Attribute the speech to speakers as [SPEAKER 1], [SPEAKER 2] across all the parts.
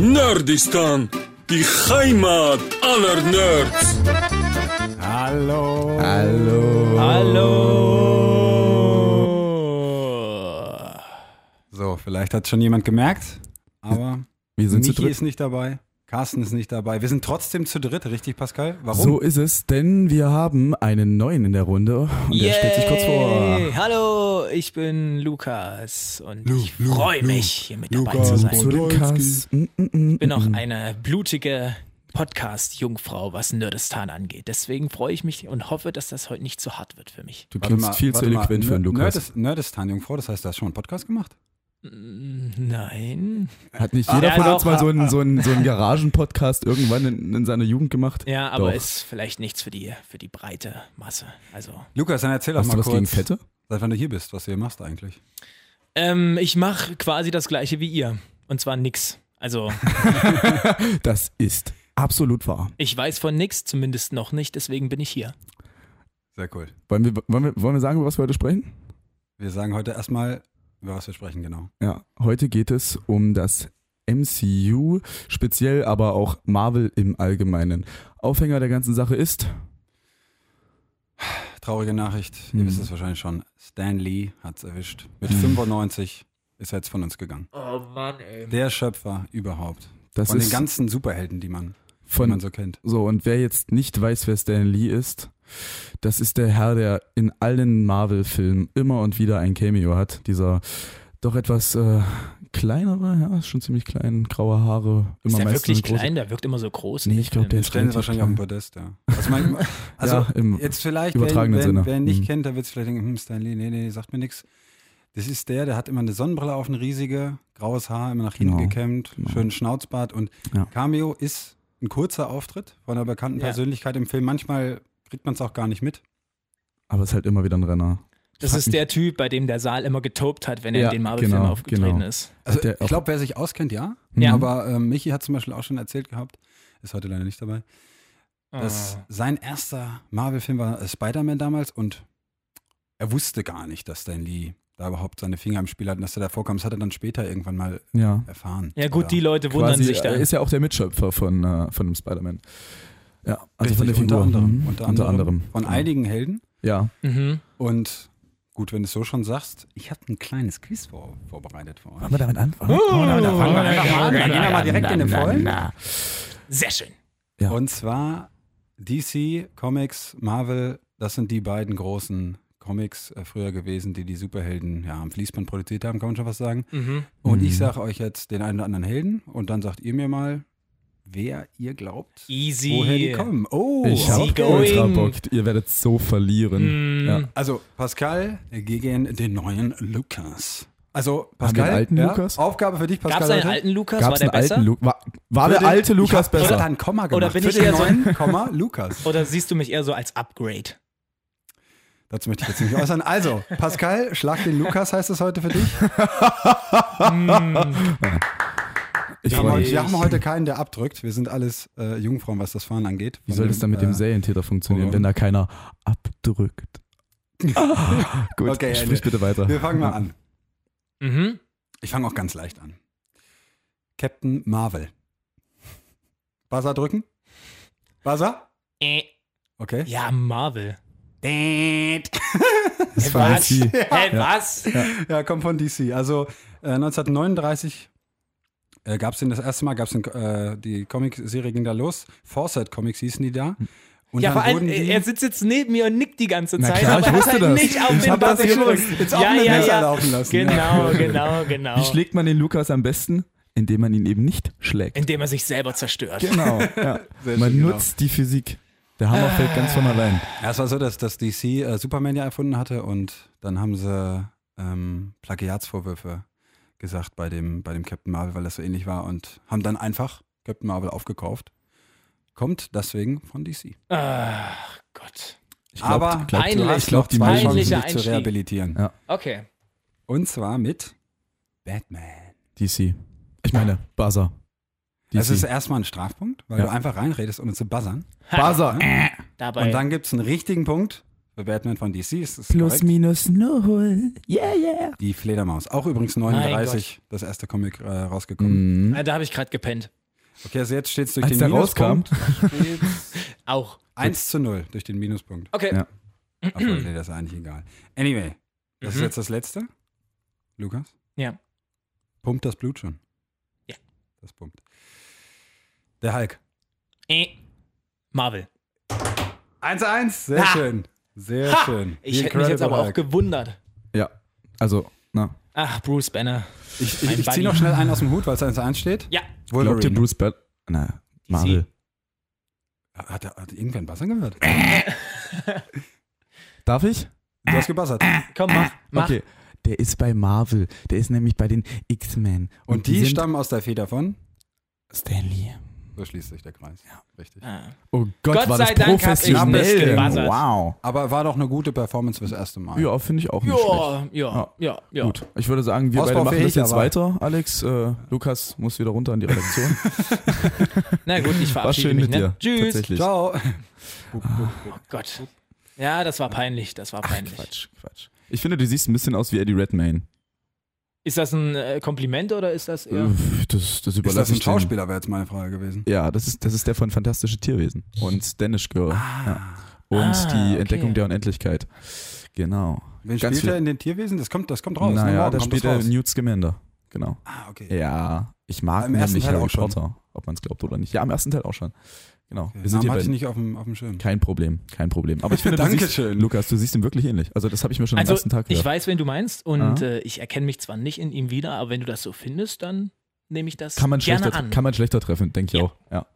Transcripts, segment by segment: [SPEAKER 1] Nerdistan, die Heimat aller Nerds.
[SPEAKER 2] Hallo.
[SPEAKER 3] Hallo.
[SPEAKER 2] Hallo.
[SPEAKER 3] So, vielleicht hat schon jemand gemerkt, aber
[SPEAKER 4] Wir sind zu
[SPEAKER 3] Michi
[SPEAKER 4] dritt.
[SPEAKER 3] ist nicht dabei, Carsten ist nicht dabei. Wir sind trotzdem zu dritt, richtig, Pascal? Warum?
[SPEAKER 4] So ist es, denn wir haben einen neuen in der Runde und der stellt sich kurz vor.
[SPEAKER 2] Yay. Hallo, ich bin Lukas und
[SPEAKER 1] Lu-
[SPEAKER 2] ich
[SPEAKER 1] Lu-
[SPEAKER 2] freue
[SPEAKER 1] Lu-
[SPEAKER 2] mich, hier mit dabei
[SPEAKER 1] Lukas
[SPEAKER 2] zu
[SPEAKER 1] und
[SPEAKER 4] Zu
[SPEAKER 2] sein.
[SPEAKER 4] den Cars. Mm, mm, mm,
[SPEAKER 2] Ich bin
[SPEAKER 4] mm,
[SPEAKER 2] auch
[SPEAKER 4] mm.
[SPEAKER 2] eine blutige Podcast-Jungfrau, was Nerdistan angeht. Deswegen freue ich mich und hoffe, dass das heute nicht zu hart wird für mich.
[SPEAKER 4] Du klingst viel zu eloquent für einen
[SPEAKER 3] Ner-
[SPEAKER 4] Lukas.
[SPEAKER 3] Nerdist- Nerdistan, Jungfrau, das heißt, du hast schon einen Podcast gemacht?
[SPEAKER 2] Mm, Nein.
[SPEAKER 4] Hat nicht jeder
[SPEAKER 2] Ja,
[SPEAKER 4] von uns
[SPEAKER 2] doch,
[SPEAKER 4] mal so einen, so einen, so einen Garagen-Podcast irgendwann in, in seiner Jugend gemacht?
[SPEAKER 2] Ja, aber
[SPEAKER 4] Doch.
[SPEAKER 2] ist vielleicht nichts für die, für die breite Masse. Also.
[SPEAKER 3] Lukas, dann erzähl doch
[SPEAKER 4] Hast
[SPEAKER 3] mal
[SPEAKER 4] du was
[SPEAKER 3] kurz,
[SPEAKER 4] gegen Fette?
[SPEAKER 3] seit wann du hier bist, was du hier machst eigentlich.
[SPEAKER 2] Ähm, ich mache quasi das gleiche wie ihr. Und zwar nix. Also,
[SPEAKER 4] Das ist absolut wahr.
[SPEAKER 2] ich weiß von nix, zumindest noch nicht, deswegen bin ich hier.
[SPEAKER 3] Sehr cool.
[SPEAKER 4] Wollen wir, wollen wir, wollen wir sagen, über was wir heute sprechen?
[SPEAKER 3] Wir sagen heute erstmal, über was wir sprechen, genau.
[SPEAKER 4] Ja, heute geht es um das MCU, speziell aber auch Marvel im Allgemeinen. Aufhänger der ganzen Sache ist,
[SPEAKER 3] Traurige Nachricht, ihr
[SPEAKER 4] Hm.
[SPEAKER 3] wisst es wahrscheinlich schon, Stan Lee hat's erwischt. Mit
[SPEAKER 4] Hm.
[SPEAKER 3] 95 ist er jetzt von uns gegangen.
[SPEAKER 2] Oh Mann, ey.
[SPEAKER 3] Der Schöpfer überhaupt.
[SPEAKER 4] das
[SPEAKER 3] Von den
[SPEAKER 4] ist
[SPEAKER 3] ganzen Superhelden, die man, die
[SPEAKER 4] von
[SPEAKER 3] man so kennt.
[SPEAKER 4] So, und wer jetzt nicht weiß, wer Stan Lee ist, das ist der Herr, der in allen Marvel-Filmen immer und wieder ein Cameo hat. Dieser doch etwas äh, kleinere, ja, ist schon ziemlich klein, graue Haare. Immer
[SPEAKER 2] Ist der
[SPEAKER 4] meistens
[SPEAKER 2] wirklich
[SPEAKER 4] große-
[SPEAKER 2] klein? Der wirkt immer so groß. Ähm,
[SPEAKER 4] Nee, ich glaube, der
[SPEAKER 3] Den
[SPEAKER 4] ist
[SPEAKER 3] stellen sie
[SPEAKER 4] relativ
[SPEAKER 3] wahrscheinlich auf den Podest, ja. Also, man, also
[SPEAKER 4] ja, im,
[SPEAKER 3] jetzt vielleicht,
[SPEAKER 4] übertragenen
[SPEAKER 3] wenn, wenn,
[SPEAKER 4] Sinne.
[SPEAKER 3] wer ihn nicht
[SPEAKER 4] Mhm.
[SPEAKER 3] kennt, der wird sich vielleicht denken, hm, Stan Lee, nee, nee, sagt mir nichts. Das ist der, der hat immer eine Sonnenbrille auf, eine riesige, graues Haar, immer nach hinten
[SPEAKER 4] Genau,
[SPEAKER 3] gekämmt,
[SPEAKER 4] genau.
[SPEAKER 3] schönen Schnauzbart und
[SPEAKER 4] Ja.
[SPEAKER 3] Cameo ist ein kurzer Auftritt von einer bekannten
[SPEAKER 2] Ja.
[SPEAKER 3] Persönlichkeit im Film. Manchmal kriegt man es auch gar nicht mit.
[SPEAKER 4] aber ist halt immer wieder ein Renner.
[SPEAKER 2] Das
[SPEAKER 4] Frag
[SPEAKER 2] ist
[SPEAKER 4] mich-
[SPEAKER 2] der Typ, bei dem der Saal immer getobt hat, wenn er
[SPEAKER 4] Ja,
[SPEAKER 2] in den Marvel-Filmen
[SPEAKER 4] genau,
[SPEAKER 2] aufgetreten
[SPEAKER 4] genau.
[SPEAKER 2] ist.
[SPEAKER 3] Also
[SPEAKER 4] der
[SPEAKER 3] ich
[SPEAKER 4] auch-
[SPEAKER 3] glaube, wer sich auskennt, ja.
[SPEAKER 4] Hm,
[SPEAKER 2] Ja.
[SPEAKER 3] Aber ähm, Michi hat zum Beispiel auch schon erzählt gehabt, ist heute leider nicht dabei, dass
[SPEAKER 2] Oh.
[SPEAKER 3] sein erster Marvel-Film war äh, Spider-Man damals und er wusste gar nicht, dass Stan Lee da überhaupt seine Finger im Spiel hat und dass er da vorkam. Das hat er dann später irgendwann mal
[SPEAKER 4] Ja.
[SPEAKER 3] erfahren.
[SPEAKER 2] Ja gut,
[SPEAKER 3] Oder-
[SPEAKER 2] die Leute wundern
[SPEAKER 4] Quasi,
[SPEAKER 2] sich da.
[SPEAKER 4] äh, ist ja auch der Mitschöpfer von, äh, von dem Spider-Man. Ja, also
[SPEAKER 3] Richtig,
[SPEAKER 4] von der Figur.
[SPEAKER 3] unter anderem,
[SPEAKER 4] Mhm.
[SPEAKER 3] unter anderem. Von
[SPEAKER 4] genau.
[SPEAKER 3] einigen Helden.
[SPEAKER 4] Ja,
[SPEAKER 2] mhm.
[SPEAKER 3] Und gut, wenn du es so schon sagst, ich habe ein kleines Quiz vor, vorbereitet für euch.
[SPEAKER 2] Oh.
[SPEAKER 4] wollen wir damit
[SPEAKER 2] Uh,
[SPEAKER 4] anfangen?
[SPEAKER 3] da fangen wir einfach mal an. Wir gehen doch mal direkt in den Vollen.
[SPEAKER 2] Sehr schön.
[SPEAKER 4] Ja.
[SPEAKER 3] Und zwar DC, Comics, Marvel, das sind die beiden großen Comics äh, früher gewesen, die die Superhelden ja, am Fließband produziert haben, kann man schon was sagen.
[SPEAKER 2] Mhm.
[SPEAKER 3] Und
[SPEAKER 4] Mhm.
[SPEAKER 3] ich sage euch jetzt den einen oder anderen Helden und dann sagt ihr mir mal, wer ihr glaubt,
[SPEAKER 2] Easy.
[SPEAKER 3] woher die kommen. Oh,
[SPEAKER 4] Ich
[SPEAKER 2] Easy
[SPEAKER 4] hab
[SPEAKER 2] Uh, going.
[SPEAKER 4] ultra Bock. Ihr werdet so verlieren.
[SPEAKER 2] Mhm.
[SPEAKER 4] Ja.
[SPEAKER 3] Also Pascal gegen den neuen Lukas. Also
[SPEAKER 4] wir
[SPEAKER 3] Pascal,
[SPEAKER 4] einen alten
[SPEAKER 3] ja,
[SPEAKER 4] Lukas?
[SPEAKER 3] Aufgabe für dich,
[SPEAKER 2] Gab
[SPEAKER 3] Pascal.
[SPEAKER 2] es einen
[SPEAKER 3] heute.
[SPEAKER 2] alten Lukas?
[SPEAKER 4] Gab
[SPEAKER 2] War
[SPEAKER 4] es
[SPEAKER 2] der
[SPEAKER 4] einen
[SPEAKER 2] besser?
[SPEAKER 4] alten Lukas? War, war der
[SPEAKER 3] Für den-
[SPEAKER 4] alte
[SPEAKER 3] ich
[SPEAKER 4] Lukas
[SPEAKER 3] hab- Ich hab da
[SPEAKER 4] besser?
[SPEAKER 3] ein Komma gemacht.
[SPEAKER 2] Oder bin
[SPEAKER 3] für
[SPEAKER 2] ich
[SPEAKER 3] den
[SPEAKER 2] eher so-
[SPEAKER 3] neuen Komma Lukas.
[SPEAKER 2] Oder siehst du mich eher so als Upgrade?
[SPEAKER 3] Dazu möchte ich jetzt nicht äußern. Also, Pascal, schlag den Lukas, heißt es heute für dich.
[SPEAKER 4] Ich
[SPEAKER 3] Wir haben,
[SPEAKER 4] freu
[SPEAKER 3] heute,
[SPEAKER 4] mich.
[SPEAKER 3] wir haben heute keinen, der abdrückt. Wir sind alles äh, Jungfrauen, was das Fahren angeht.
[SPEAKER 4] Wie
[SPEAKER 3] Von
[SPEAKER 4] soll das dann mit dem
[SPEAKER 3] äh,
[SPEAKER 4] Serientäter funktionieren,
[SPEAKER 3] Programm.
[SPEAKER 4] wenn da keiner abdrückt? Ah, Gut,
[SPEAKER 3] Okay,
[SPEAKER 4] sprich
[SPEAKER 3] Ende.
[SPEAKER 4] bitte weiter.
[SPEAKER 3] Wir fangen mal an.
[SPEAKER 2] Mhm.
[SPEAKER 3] Ich fange auch ganz leicht an. Captain Marvel. Buzzer drücken? Buzzer?
[SPEAKER 2] Äh.
[SPEAKER 3] Okay.
[SPEAKER 2] Ja, Marvel.
[SPEAKER 4] Das
[SPEAKER 2] war
[SPEAKER 4] war sie.
[SPEAKER 2] Hä, hey, was?
[SPEAKER 3] Ja, kommt von DC. Also äh, 1939 äh, gab es den das erste Mal, gab es äh, die Comic-Serie ging da los. Fawcett Comics hießen die da.
[SPEAKER 4] Hm.
[SPEAKER 3] Und
[SPEAKER 2] Ja, vor allem, äh,
[SPEAKER 3] wurden
[SPEAKER 4] äh,
[SPEAKER 3] die-
[SPEAKER 2] er sitzt jetzt neben mir und nickt die ganze
[SPEAKER 4] Na
[SPEAKER 2] Zeit,
[SPEAKER 4] klar,
[SPEAKER 2] aber
[SPEAKER 4] ich
[SPEAKER 2] er hat
[SPEAKER 4] wusste
[SPEAKER 2] halt
[SPEAKER 4] das.
[SPEAKER 2] nicht auf
[SPEAKER 4] Ich
[SPEAKER 2] den
[SPEAKER 3] hab das
[SPEAKER 2] Buzzer
[SPEAKER 3] gewusst.
[SPEAKER 2] gedrückt.
[SPEAKER 3] Jetzt auch mit dem Messer laufen lassen, ja.
[SPEAKER 2] Genau, genau, genau.
[SPEAKER 4] Wie schlägt man den Lukas am besten? Indem man ihn eben nicht schlägt.
[SPEAKER 2] Indem er sich selber zerstört.
[SPEAKER 4] Genau. Ja.
[SPEAKER 3] Sehr
[SPEAKER 4] Man
[SPEAKER 3] schön, genau.
[SPEAKER 4] nutzt die Physik. Der Hammer fällt ganz von allein.
[SPEAKER 3] Ja, es war so, dass, dass DC äh, Superman ja erfunden hatte und dann haben sie ähm, Plagiatsvorwürfe gesagt bei dem, bei dem Captain Marvel, weil das so ähnlich war und haben dann einfach Captain Marvel aufgekauft. Kommt deswegen von DC.
[SPEAKER 2] Ach Gott.
[SPEAKER 4] Ich glaub,
[SPEAKER 3] Aber
[SPEAKER 4] glaubt ihr-
[SPEAKER 2] peinlich,
[SPEAKER 4] ich glaub, die
[SPEAKER 3] Zwei
[SPEAKER 4] Menschen,
[SPEAKER 2] peinlicher
[SPEAKER 3] Chancen, dich zu
[SPEAKER 2] Einstieg.
[SPEAKER 3] rehabilitieren.
[SPEAKER 4] Ja.
[SPEAKER 2] Okay.
[SPEAKER 3] Und zwar mit Batman.
[SPEAKER 4] DC. Ich meine, Buzzer.
[SPEAKER 3] Das ist
[SPEAKER 4] DC.
[SPEAKER 3] erstmal ein Strafpunkt, weil
[SPEAKER 4] Ja.
[SPEAKER 3] du einfach reinredest, ohne zu buzzern.
[SPEAKER 4] Buzzer.
[SPEAKER 3] Ne?
[SPEAKER 2] Dabei.
[SPEAKER 3] Und dann gibt es einen richtigen Punkt, Für Batman von DC ist es
[SPEAKER 2] Plus
[SPEAKER 3] korrekt.
[SPEAKER 2] minus null. Yeah, yeah.
[SPEAKER 3] Die Fledermaus. Auch übrigens
[SPEAKER 2] Mein
[SPEAKER 3] 39 das erste Comic äh, rausgekommen.
[SPEAKER 4] Mhm.
[SPEAKER 2] Ah, Da habe ich gerade gepennt.
[SPEAKER 3] Okay, also jetzt steht es durch
[SPEAKER 4] Als der
[SPEAKER 3] den
[SPEAKER 4] rauskam,
[SPEAKER 3] Minuspunkt. steht's
[SPEAKER 2] Auch.
[SPEAKER 3] 1 zu 0 durch den Minuspunkt.
[SPEAKER 2] Okay.
[SPEAKER 4] Ja.
[SPEAKER 3] Obwohl, nee, das ist eigentlich egal. Anyway, das ist
[SPEAKER 2] Mhm.
[SPEAKER 3] jetzt das letzte. Lukas?
[SPEAKER 2] Ja.
[SPEAKER 3] Pumpt das Blut schon?
[SPEAKER 2] Ja.
[SPEAKER 3] Das pumpt. Der Hulk.
[SPEAKER 2] Äh. Marvel.
[SPEAKER 3] 1-1. Sehr
[SPEAKER 2] Ha!
[SPEAKER 3] schön. Sehr
[SPEAKER 2] Ha!
[SPEAKER 3] schön.
[SPEAKER 2] Ich
[SPEAKER 3] The
[SPEAKER 2] hätte mich jetzt
[SPEAKER 3] Incredible
[SPEAKER 2] aber auch
[SPEAKER 3] Hulk.
[SPEAKER 2] gewundert.
[SPEAKER 4] ja, also, na.
[SPEAKER 2] Ach, Bruce Banner.
[SPEAKER 3] Ich,
[SPEAKER 2] Mein
[SPEAKER 3] ich, ich
[SPEAKER 2] Buddy.
[SPEAKER 3] ziehe noch schnell einen aus dem Hut, weil es 1-1 steht.
[SPEAKER 2] Ja.
[SPEAKER 4] Glaubt ihr
[SPEAKER 3] Wolverine.
[SPEAKER 4] Bruce Banner? Na, Marvel.
[SPEAKER 3] Hat, er, hat irgendwer ein Wasser gehört?
[SPEAKER 4] Darf ich?
[SPEAKER 3] Du hast gebassert.
[SPEAKER 2] Komm, mach. mach.
[SPEAKER 4] Ah, Okay. Der ist bei Marvel. Der ist nämlich bei den X-Men.
[SPEAKER 3] Und die
[SPEAKER 4] sind
[SPEAKER 3] stammen aus der Feder von?
[SPEAKER 4] Stanley.
[SPEAKER 3] So schließt sich der Kreis. Ja. Richtig.
[SPEAKER 2] Ah.
[SPEAKER 4] Oh Gott,
[SPEAKER 2] Gott
[SPEAKER 4] war
[SPEAKER 2] sei
[SPEAKER 4] das
[SPEAKER 2] Dank hab ich
[SPEAKER 3] nicht
[SPEAKER 4] professionell.
[SPEAKER 2] gebuzzert.
[SPEAKER 4] Wow.
[SPEAKER 3] Aber war doch eine gute Performance fürs erste Mal.
[SPEAKER 4] Ja, finde ich auch nicht Hm, schlecht. Ah,
[SPEAKER 2] Ja, ja, ja, ja.
[SPEAKER 4] Gut, ich würde sagen, wir beide machen
[SPEAKER 3] Ausbaufähig,
[SPEAKER 4] das jetzt
[SPEAKER 3] aber-
[SPEAKER 4] weiter. Alex, äh, Lukas muss wieder runter in die Redaktion.
[SPEAKER 2] Na gut, ich
[SPEAKER 4] War
[SPEAKER 2] verabschiede
[SPEAKER 4] schön
[SPEAKER 2] mich.
[SPEAKER 4] mit
[SPEAKER 2] Ne?
[SPEAKER 4] dir.
[SPEAKER 2] Tschüss.
[SPEAKER 4] Tatsächlich.
[SPEAKER 3] Ciao.
[SPEAKER 2] Oh Gott. Ja, das war peinlich. Das war
[SPEAKER 4] Ach,
[SPEAKER 2] peinlich.
[SPEAKER 4] Quatsch, Quatsch. Ich finde, du siehst ein bisschen aus wie Eddie Redmayne.
[SPEAKER 2] ist das ein äh, Kompliment oder ist das
[SPEAKER 4] Äh,
[SPEAKER 2] eher.
[SPEAKER 4] Uff, Das, das
[SPEAKER 3] Ist
[SPEAKER 4] überlasse
[SPEAKER 3] das ein
[SPEAKER 4] ich den-
[SPEAKER 3] Schauspieler, wäre jetzt meine Frage gewesen.
[SPEAKER 4] Ja, das ist, das ist der von Fantastische Tierwesen und Danish Girl
[SPEAKER 3] Ah.
[SPEAKER 4] und
[SPEAKER 2] Ah,
[SPEAKER 4] die
[SPEAKER 2] okay.
[SPEAKER 4] Entdeckung der Unendlichkeit. Genau.
[SPEAKER 3] Wen spielt
[SPEAKER 4] Ganz viel-
[SPEAKER 3] er in den Tierwesen? Das kommt, das kommt raus. ne?
[SPEAKER 4] naja,
[SPEAKER 3] Morgen
[SPEAKER 4] da
[SPEAKER 3] kommt
[SPEAKER 4] spielt
[SPEAKER 3] das
[SPEAKER 4] er
[SPEAKER 3] raus.
[SPEAKER 4] Newt Scamander. Genau.
[SPEAKER 3] Ah, okay.
[SPEAKER 4] Ja, ich mag
[SPEAKER 3] Im ersten
[SPEAKER 4] nämlich
[SPEAKER 3] Teil
[SPEAKER 4] Harry
[SPEAKER 3] auch schon.
[SPEAKER 4] Potter, ob man es glaubt oder nicht. Ja, im ersten Teil auch schon. Genau.
[SPEAKER 3] Okay.
[SPEAKER 4] Wir sind hier
[SPEAKER 3] hatte ich
[SPEAKER 4] bei
[SPEAKER 3] nicht auf dem, auf dem Schirm.
[SPEAKER 4] Kein Problem, kein Problem. Aber ich finde, du siehst,
[SPEAKER 3] Dankeschön.
[SPEAKER 4] Lukas, du siehst ihm wirklich ähnlich. Also das habe ich mir schon
[SPEAKER 2] Also,
[SPEAKER 4] am ersten Tag Ah.
[SPEAKER 2] ich
[SPEAKER 4] gedacht.
[SPEAKER 2] weiß, wen du meinst und äh, ich erkenne mich zwar nicht in ihm wieder, aber wenn du das so findest, dann nehme ich das
[SPEAKER 4] Kann man,
[SPEAKER 2] gerne
[SPEAKER 4] schlechter,
[SPEAKER 2] an.
[SPEAKER 4] kann man schlechter treffen, denke ich
[SPEAKER 2] Ja.
[SPEAKER 4] auch. Ja.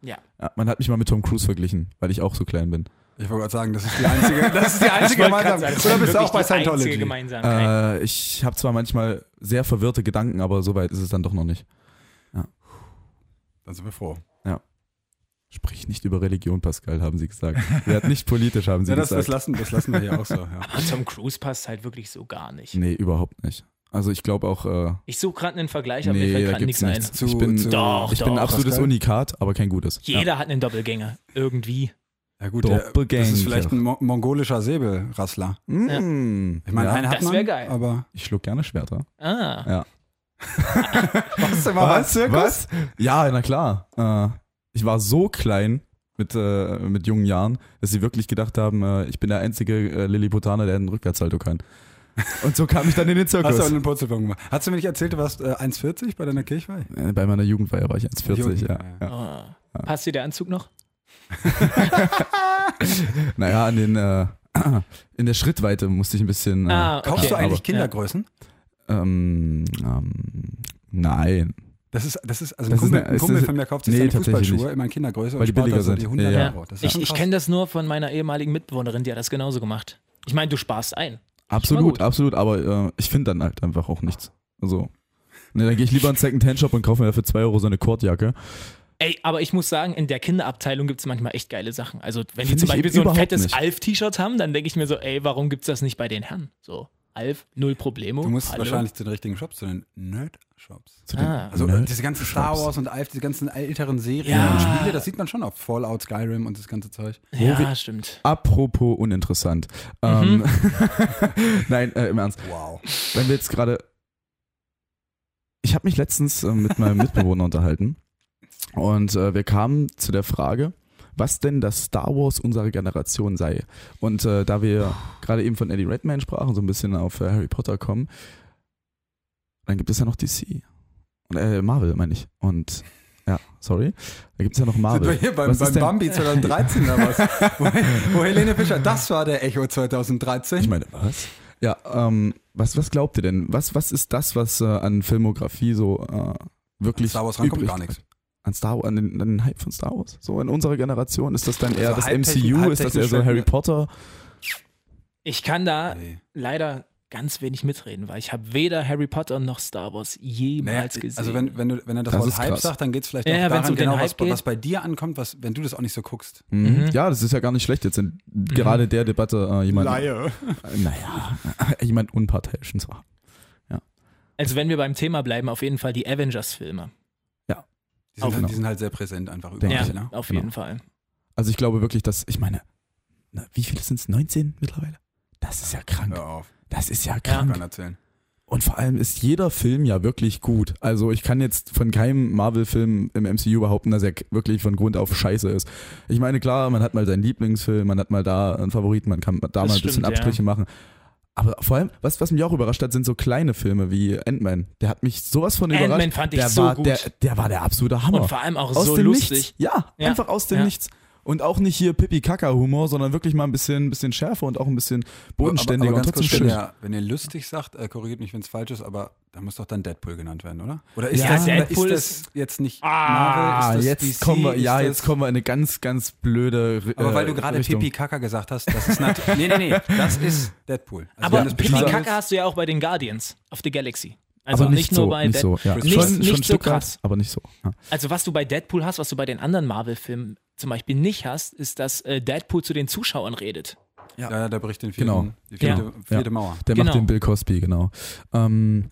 [SPEAKER 2] Ja.
[SPEAKER 4] Man hat mich mal mit Tom Cruise verglichen, weil ich auch so klein bin.
[SPEAKER 3] Ich wollte gerade sagen, das ist die einzige, das ist die einzige Gemeinsamkeit. Oder bist du auch bei Scientology?
[SPEAKER 2] Gemeinsamkeit.
[SPEAKER 4] Äh, ich habe zwar manchmal sehr verwirrte Gedanken, aber so weit ist es dann doch noch nicht.
[SPEAKER 3] Dann sind wir froh.
[SPEAKER 4] Sprich nicht über Religion, Pascal, haben sie gesagt. Werd nicht politisch, haben sie
[SPEAKER 3] Ja, das, das,
[SPEAKER 4] gesagt.
[SPEAKER 3] lassen, das lassen wir hier auch so. Ja.
[SPEAKER 2] Aber Ah, Tom Cruise passt halt wirklich so gar nicht.
[SPEAKER 4] nee, überhaupt nicht. Also ich glaube auch, äh,
[SPEAKER 2] Ich suche gerade einen Vergleich, aber mir
[SPEAKER 4] nee,
[SPEAKER 2] fällt
[SPEAKER 4] da
[SPEAKER 2] gerade
[SPEAKER 4] gibt's
[SPEAKER 2] nichts
[SPEAKER 4] nichts.
[SPEAKER 2] ein.
[SPEAKER 4] ich bin,
[SPEAKER 3] Zu-
[SPEAKER 2] Doch,
[SPEAKER 4] ich bin ein
[SPEAKER 2] doch.
[SPEAKER 4] absolutes
[SPEAKER 3] Pascal?
[SPEAKER 4] Unikat, aber kein gutes.
[SPEAKER 2] Jeder hat einen Doppelgänger. Irgendwie.
[SPEAKER 3] ja gut, der,
[SPEAKER 4] Doppelgänger.
[SPEAKER 3] das ist vielleicht ein Mo mongolischer Säbelrassler.
[SPEAKER 4] Ja. Mm.
[SPEAKER 3] Ich meine,
[SPEAKER 4] ja.
[SPEAKER 3] einen hat
[SPEAKER 2] Das
[SPEAKER 3] man,
[SPEAKER 2] wär geil.
[SPEAKER 3] aber...
[SPEAKER 4] ich schluck gerne Schwerter.
[SPEAKER 2] Ah.
[SPEAKER 4] Ja.
[SPEAKER 3] Was,
[SPEAKER 4] Was? Ja, na klar. Äh, ich war so klein mit, äh, mit jungen Jahren, dass sie wirklich gedacht haben, äh, ich bin der einzige äh, Lilliputaner, der einen Rückwärtssalto kann. Und so kam ich dann in den
[SPEAKER 3] Hast
[SPEAKER 4] Zirkus.
[SPEAKER 3] du auch einen Purzelbaum gemacht? Hast du mir nicht erzählt, du warst äh, 1,40 bei deiner Kirchweih?
[SPEAKER 4] Äh, Bei meiner Jugendweihe war ich 1,40, ja.
[SPEAKER 3] Jugendweihe.
[SPEAKER 4] ja.
[SPEAKER 2] Ah. Passt dir der Anzug noch?
[SPEAKER 4] Naja, an den, äh, in der Schrittweite musste ich ein bisschen. Äh,
[SPEAKER 2] Ah,
[SPEAKER 3] Kaufst
[SPEAKER 2] okay.
[SPEAKER 3] du eigentlich
[SPEAKER 4] aber-
[SPEAKER 3] Kindergrößen?
[SPEAKER 4] ähm, ähm, nein.
[SPEAKER 3] Das ist, das ist, also
[SPEAKER 4] Das
[SPEAKER 3] ein
[SPEAKER 4] ist
[SPEAKER 3] Kumpel,
[SPEAKER 4] eine-
[SPEAKER 3] ein
[SPEAKER 4] ist
[SPEAKER 3] Kumpel
[SPEAKER 4] eine-
[SPEAKER 3] von mir kauft sich
[SPEAKER 4] nee,
[SPEAKER 3] seine
[SPEAKER 4] tatsächlich
[SPEAKER 3] Fußballschuhe immer in Kindergröße
[SPEAKER 4] Weil die billiger
[SPEAKER 3] da so
[SPEAKER 4] sind.
[SPEAKER 3] die 100
[SPEAKER 4] Ja.
[SPEAKER 3] Euro. Das ist
[SPEAKER 2] Ich,
[SPEAKER 3] schon
[SPEAKER 2] ich
[SPEAKER 3] krass.
[SPEAKER 2] kenne das nur von meiner ehemaligen Mitbewohnerin, die hat das genauso gemacht. Ich meine, du sparst ein.
[SPEAKER 4] Absolut,
[SPEAKER 2] gut.
[SPEAKER 4] absolut, aber äh, ich finde dann halt einfach auch nichts. Also. Ne, dann gehe ich lieber in einen Second-Hand-Shop und kaufe mir für 2 Euro so eine Kordjacke.
[SPEAKER 2] Ey, aber ich muss sagen, in der Kinderabteilung gibt es manchmal echt geile Sachen. Also, wenn die
[SPEAKER 4] Find
[SPEAKER 2] zum
[SPEAKER 4] ich
[SPEAKER 2] Beispiel
[SPEAKER 4] eben
[SPEAKER 2] so ein
[SPEAKER 4] überhaupt
[SPEAKER 2] fettes
[SPEAKER 4] nicht.
[SPEAKER 2] Alf-T-Shirt haben, dann denke ich mir so, ey, warum gibt's das nicht bei den Herren? So, Alf, null Problemo.
[SPEAKER 3] Du musst
[SPEAKER 2] Hallo.
[SPEAKER 3] wahrscheinlich zu den richtigen Shops, zu den Nerd-Shops.
[SPEAKER 4] Zu den
[SPEAKER 2] Ah.
[SPEAKER 3] Also
[SPEAKER 4] Nerd-
[SPEAKER 3] diese ganzen Star Wars und Alf, diese ganzen älteren Serien
[SPEAKER 2] Ja.
[SPEAKER 3] und Spiele, das sieht man schon auf Fallout, Skyrim und das ganze Zeug.
[SPEAKER 2] ja, stimmt.
[SPEAKER 4] Apropos uninteressant. Ähm, Nein, äh, im Ernst.
[SPEAKER 3] Wow.
[SPEAKER 4] Wenn wir jetzt gerade. Ich habe mich letztens äh, mit meinem Mitbewohner unterhalten und äh, wir kamen zu der Frage, was denn das Star Wars unserer Generation sei. Und äh, da wir gerade eben von Eddie Redmayne sprachen, so ein bisschen auf äh, Harry Potter kommen, dann gibt es ja noch DC. Und, äh, Marvel, meine ich. Und ja, sorry. Da gibt es ja noch
[SPEAKER 3] Sind wir
[SPEAKER 4] Marvel.
[SPEAKER 3] hier beim,
[SPEAKER 4] Was ist
[SPEAKER 3] beim
[SPEAKER 4] denn-
[SPEAKER 3] Bambi 2013 oder was? wo, wo Helene Fischer, das war der Echo 2013.
[SPEAKER 4] Ich meine, was? Ja, ähm, was, was glaubt ihr denn? Was, was ist das, was äh, an Filmografie so äh, wirklich.
[SPEAKER 3] Star Wars rankommt
[SPEAKER 4] übrig-
[SPEAKER 3] gar nichts.
[SPEAKER 4] An, Star, an, den, an den Hype von Star Wars. So in unserer Generation ist das dann eher
[SPEAKER 3] Also
[SPEAKER 4] das
[SPEAKER 3] halbtechnisch-
[SPEAKER 4] MCU, ist das eher so
[SPEAKER 3] halbtechnisch ne?
[SPEAKER 4] Harry
[SPEAKER 3] fällt mir-
[SPEAKER 4] Potter?
[SPEAKER 2] Ich kann da
[SPEAKER 3] Nee.
[SPEAKER 2] leider ganz wenig mitreden, weil ich habe weder Harry Potter noch Star Wars
[SPEAKER 3] Naja,
[SPEAKER 2] jemals gesehen.
[SPEAKER 3] also wenn, wenn, du, wenn er das,
[SPEAKER 4] Das
[SPEAKER 3] Wort
[SPEAKER 4] ist
[SPEAKER 3] Hype
[SPEAKER 4] krass.
[SPEAKER 3] sagt, dann geht es vielleicht
[SPEAKER 2] Ja,
[SPEAKER 3] auch
[SPEAKER 2] ja, wenn's
[SPEAKER 3] daran
[SPEAKER 2] um den
[SPEAKER 3] genau, was,
[SPEAKER 2] Hype geht.
[SPEAKER 3] was bei dir ankommt, was, wenn du das auch nicht so guckst.
[SPEAKER 4] Mhm. Ja, das ist ja gar nicht schlecht, jetzt in gerade der Debatte äh, jemand. Äh, Naja, äh, jemand Unparteiischen zu haben.
[SPEAKER 2] also wenn wir beim Thema bleiben, auf jeden Fall die Avengers-Filme.
[SPEAKER 3] Die sind,
[SPEAKER 4] Genau.
[SPEAKER 3] halt, die sind halt sehr präsent einfach überall.
[SPEAKER 4] Denke
[SPEAKER 2] Ja,
[SPEAKER 4] ich,
[SPEAKER 3] Ne?
[SPEAKER 2] auf
[SPEAKER 4] Genau.
[SPEAKER 2] jeden Fall.
[SPEAKER 4] ne, Also ich glaube wirklich, dass, ich meine, na, wie viele sind es? 19 mittlerweile? Das ist ja krank.
[SPEAKER 3] Hör auf,
[SPEAKER 4] Das ist ja
[SPEAKER 3] kann
[SPEAKER 4] krank.
[SPEAKER 3] man erzählen.
[SPEAKER 4] Und vor allem ist jeder Film ja wirklich gut. Also ich kann jetzt von keinem Marvel-Film im MCU behaupten, dass er wirklich von Grund auf scheiße ist. Ich meine, klar, man hat mal seinen Lieblingsfilm, man hat mal da einen Favoriten, man kann da
[SPEAKER 2] Das
[SPEAKER 4] mal ein
[SPEAKER 2] stimmt,
[SPEAKER 4] bisschen Abstriche
[SPEAKER 2] ja.
[SPEAKER 4] machen. Aber vor allem, was, was mich auch überrascht hat, sind so kleine Filme wie Ant-Man. Der hat mich sowas von
[SPEAKER 2] Ant-Man
[SPEAKER 4] überrascht.
[SPEAKER 2] fand ich
[SPEAKER 4] der
[SPEAKER 2] so
[SPEAKER 4] war,
[SPEAKER 2] gut.
[SPEAKER 4] Der, der war der absolute Hammer
[SPEAKER 2] Und vor allem auch
[SPEAKER 4] aus
[SPEAKER 2] so
[SPEAKER 4] dem
[SPEAKER 2] lustig.
[SPEAKER 4] Nichts. Ja,
[SPEAKER 2] Ja.
[SPEAKER 4] einfach aus dem
[SPEAKER 2] Ja.
[SPEAKER 4] Nichts. Und auch nicht hier pipi kaka humor sondern wirklich mal ein bisschen, bisschen Schärfe und auch ein bisschen bodenständiger
[SPEAKER 3] aber, aber
[SPEAKER 4] und
[SPEAKER 3] ganz
[SPEAKER 4] trotzdem
[SPEAKER 3] kurz, wenn,
[SPEAKER 4] schön.
[SPEAKER 3] ihr, wenn ihr lustig sagt, äh, korrigiert mich, wenn es falsch ist, aber da muss doch dann Deadpool genannt werden, oder? Oder ist,
[SPEAKER 4] Ja,
[SPEAKER 3] das, oder
[SPEAKER 2] Deadpool
[SPEAKER 3] ist das jetzt nicht
[SPEAKER 4] Ah,
[SPEAKER 3] Marvel? Ist das
[SPEAKER 4] jetzt
[SPEAKER 3] DC?
[SPEAKER 4] kommen wir, ja,
[SPEAKER 3] Ist das-
[SPEAKER 4] jetzt kommen wir in eine ganz, ganz blöde Ri-
[SPEAKER 3] Aber weil du
[SPEAKER 4] äh,
[SPEAKER 3] gerade
[SPEAKER 4] Richtung.
[SPEAKER 3] Pipi Kaka gesagt hast, das ist natürlich. nee, nee, nee, das ist Deadpool. Also
[SPEAKER 2] Aber
[SPEAKER 3] wenn das
[SPEAKER 2] Pipi
[SPEAKER 3] Pixar ist-
[SPEAKER 2] Kaka hast du ja auch bei den Guardians of the Galaxy. Also
[SPEAKER 4] aber
[SPEAKER 2] nicht,
[SPEAKER 4] nicht, so,
[SPEAKER 2] nur bei
[SPEAKER 4] nicht
[SPEAKER 2] Deadpool.
[SPEAKER 4] so, ja.
[SPEAKER 3] Chris
[SPEAKER 2] Nicht-
[SPEAKER 4] schon,
[SPEAKER 2] nicht
[SPEAKER 4] schon ein
[SPEAKER 2] so
[SPEAKER 4] Stück
[SPEAKER 2] krass.
[SPEAKER 4] weit, aber nicht so. Ja.
[SPEAKER 2] Also was du bei Deadpool hast, was du bei den anderen Marvel-Filmen zum Beispiel nicht hast, ist, dass äh, Deadpool zu den Zuschauern redet.
[SPEAKER 3] Ja, ja, da bricht den vierten,
[SPEAKER 4] Genau.
[SPEAKER 3] die vierte,
[SPEAKER 4] Ja.
[SPEAKER 3] vierte
[SPEAKER 4] Ja.
[SPEAKER 3] Mauer.
[SPEAKER 4] Der
[SPEAKER 2] Genau.
[SPEAKER 4] macht den Bill Cosby, genau. Ähm,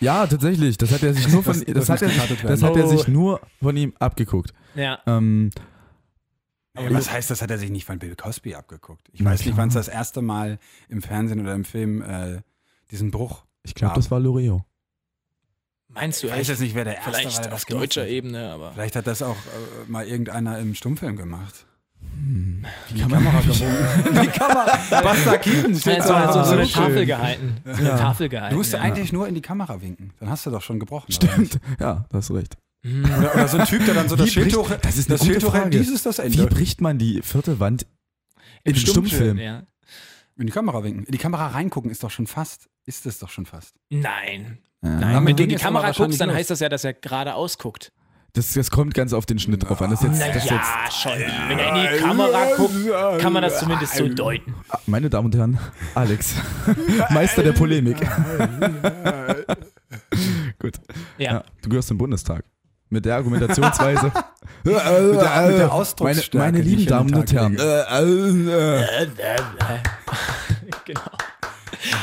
[SPEAKER 4] ja, tatsächlich. Das hat er sich nur von, das,
[SPEAKER 3] das muss
[SPEAKER 4] hat, er,
[SPEAKER 3] gekartet
[SPEAKER 4] das
[SPEAKER 3] werden.
[SPEAKER 4] hat er sich
[SPEAKER 2] Oh.
[SPEAKER 4] nur von ihm abgeguckt.
[SPEAKER 2] Ja.
[SPEAKER 4] Ähm,
[SPEAKER 3] Ey, was heißt, das hat er sich nicht von Bill Cosby abgeguckt? Ich
[SPEAKER 4] Na
[SPEAKER 3] weiß nicht,
[SPEAKER 4] klar.
[SPEAKER 3] wann es das erste Mal im Fernsehen oder im Film äh, diesen Bruch.
[SPEAKER 4] ich glaube, das war Loreo.
[SPEAKER 2] Meinst du
[SPEAKER 3] Ich weiß
[SPEAKER 2] echt?
[SPEAKER 3] jetzt nicht, wer der erste war,
[SPEAKER 2] Vielleicht
[SPEAKER 3] der
[SPEAKER 2] auf
[SPEAKER 3] das gemacht
[SPEAKER 2] deutscher
[SPEAKER 3] hat.
[SPEAKER 2] Ebene, aber.
[SPEAKER 3] Vielleicht hat das auch äh, mal irgendeiner im Stummfilm gemacht.
[SPEAKER 4] Hm.
[SPEAKER 3] Die, Kamera gewogen. Die Kamera. Basta Keaton
[SPEAKER 2] Ja,
[SPEAKER 3] steht
[SPEAKER 2] jetzt war
[SPEAKER 3] da.
[SPEAKER 2] halt so, so eine
[SPEAKER 4] so schön.
[SPEAKER 2] Tafel gehalten. So eine Tafel gehalten.
[SPEAKER 3] Ah. Du musst
[SPEAKER 2] ja.
[SPEAKER 3] eigentlich nur in die Kamera winken. Dann hast du doch schon gebrochen. oder nicht?
[SPEAKER 4] Stimmt. Ja, da hast du recht.
[SPEAKER 2] Hm.
[SPEAKER 3] Oder, oder so ein Typ, der dann so Also das
[SPEAKER 4] Wie bricht-
[SPEAKER 3] Schild hoch.
[SPEAKER 4] das ist eine
[SPEAKER 3] das
[SPEAKER 4] gute
[SPEAKER 3] Schild hoch.
[SPEAKER 4] Frage.
[SPEAKER 3] Dies ist das
[SPEAKER 4] Wie
[SPEAKER 3] Ende.
[SPEAKER 4] bricht man die vierte Wand in einem Stummfilm?
[SPEAKER 2] Ja.
[SPEAKER 3] In die Kamera winken. In die Kamera reingucken ist doch schon fast. Ist es doch schon fast.
[SPEAKER 2] Nein.
[SPEAKER 4] Ja.
[SPEAKER 3] Aber
[SPEAKER 2] Wenn du in
[SPEAKER 3] ging
[SPEAKER 2] die
[SPEAKER 3] jetzt aber
[SPEAKER 2] Kamera
[SPEAKER 3] wahrscheinlich
[SPEAKER 2] guckst, dann
[SPEAKER 3] los.
[SPEAKER 2] heißt das ja, dass er geradeaus guckt.
[SPEAKER 4] Das, das kommt ganz auf den Schnitt drauf an. Das ist jetzt, das ist jetzt,
[SPEAKER 2] Naja, schon. Wenn er in die Kamera guckt, kann man das zumindest so deuten.
[SPEAKER 4] meine Damen und Herren, Alex, Meister der Polemik. Gut.
[SPEAKER 2] Ja.
[SPEAKER 4] Ja, du gehörst zum Bundestag. Mit der Argumentationsweise. mit, der,
[SPEAKER 3] mit der
[SPEAKER 4] meine,
[SPEAKER 3] Ausdrucksstärke,
[SPEAKER 4] meine
[SPEAKER 3] die
[SPEAKER 4] lieben
[SPEAKER 3] ich an den
[SPEAKER 4] Damen und
[SPEAKER 3] Tag
[SPEAKER 4] Herren. Äh, äh, äh.
[SPEAKER 2] genau.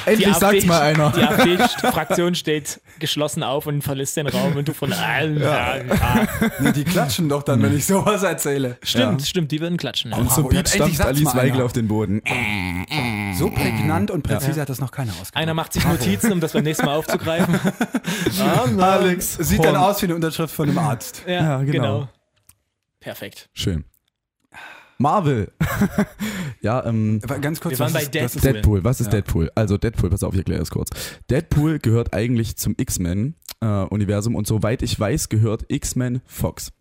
[SPEAKER 4] Endlich sagt's mal einer.
[SPEAKER 2] Die AfD-Fraktion steht geschlossen auf und verlässt den Raum und du von allen. Ja.
[SPEAKER 3] Nee, die klatschen doch dann, wenn
[SPEAKER 4] Hm.
[SPEAKER 3] ich sowas erzähle.
[SPEAKER 2] Stimmt, stimmt, die würden klatschen. Ja.
[SPEAKER 4] Und zum
[SPEAKER 3] Bravo, ja,
[SPEAKER 4] Beat stampft
[SPEAKER 3] Oh, endlich sagt's
[SPEAKER 4] Alice
[SPEAKER 3] mal
[SPEAKER 4] Weigel
[SPEAKER 3] einer.
[SPEAKER 4] auf den Boden. Hm.
[SPEAKER 3] So prägnant und präzise hat das noch keiner ausgemacht.
[SPEAKER 2] Einer macht sich Notizen, um das beim nächsten Mal aufzugreifen.
[SPEAKER 4] Alex.
[SPEAKER 3] Sieht dann aus wie eine Unterschrift von einem Arzt.
[SPEAKER 2] Ja,
[SPEAKER 4] Ja,
[SPEAKER 2] genau.
[SPEAKER 4] genau.
[SPEAKER 2] Perfekt.
[SPEAKER 4] Schön. Marvel. ja, ähm,
[SPEAKER 3] Aber ganz kurz,
[SPEAKER 2] Wir
[SPEAKER 3] was
[SPEAKER 2] waren bei
[SPEAKER 3] ist, das ist
[SPEAKER 2] Deadpool.
[SPEAKER 4] Deadpool, was ist
[SPEAKER 3] Ja.
[SPEAKER 4] Deadpool? Also Deadpool, pass auf, ich erkläre das kurz. Deadpool gehört eigentlich zum X-Men-Universum und soweit ich weiß, gehört X-Men Fox.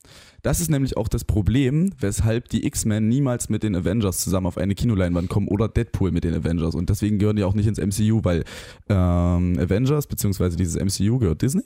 [SPEAKER 4] Das ist nämlich auch das Problem, weshalb die X-Men niemals mit den Avengers zusammen auf eine Kinoleinwand kommen oder Deadpool mit den Avengers. Und deswegen gehören die auch nicht ins MCU, weil ähm, Avengers bzw. dieses MCU gehört Disney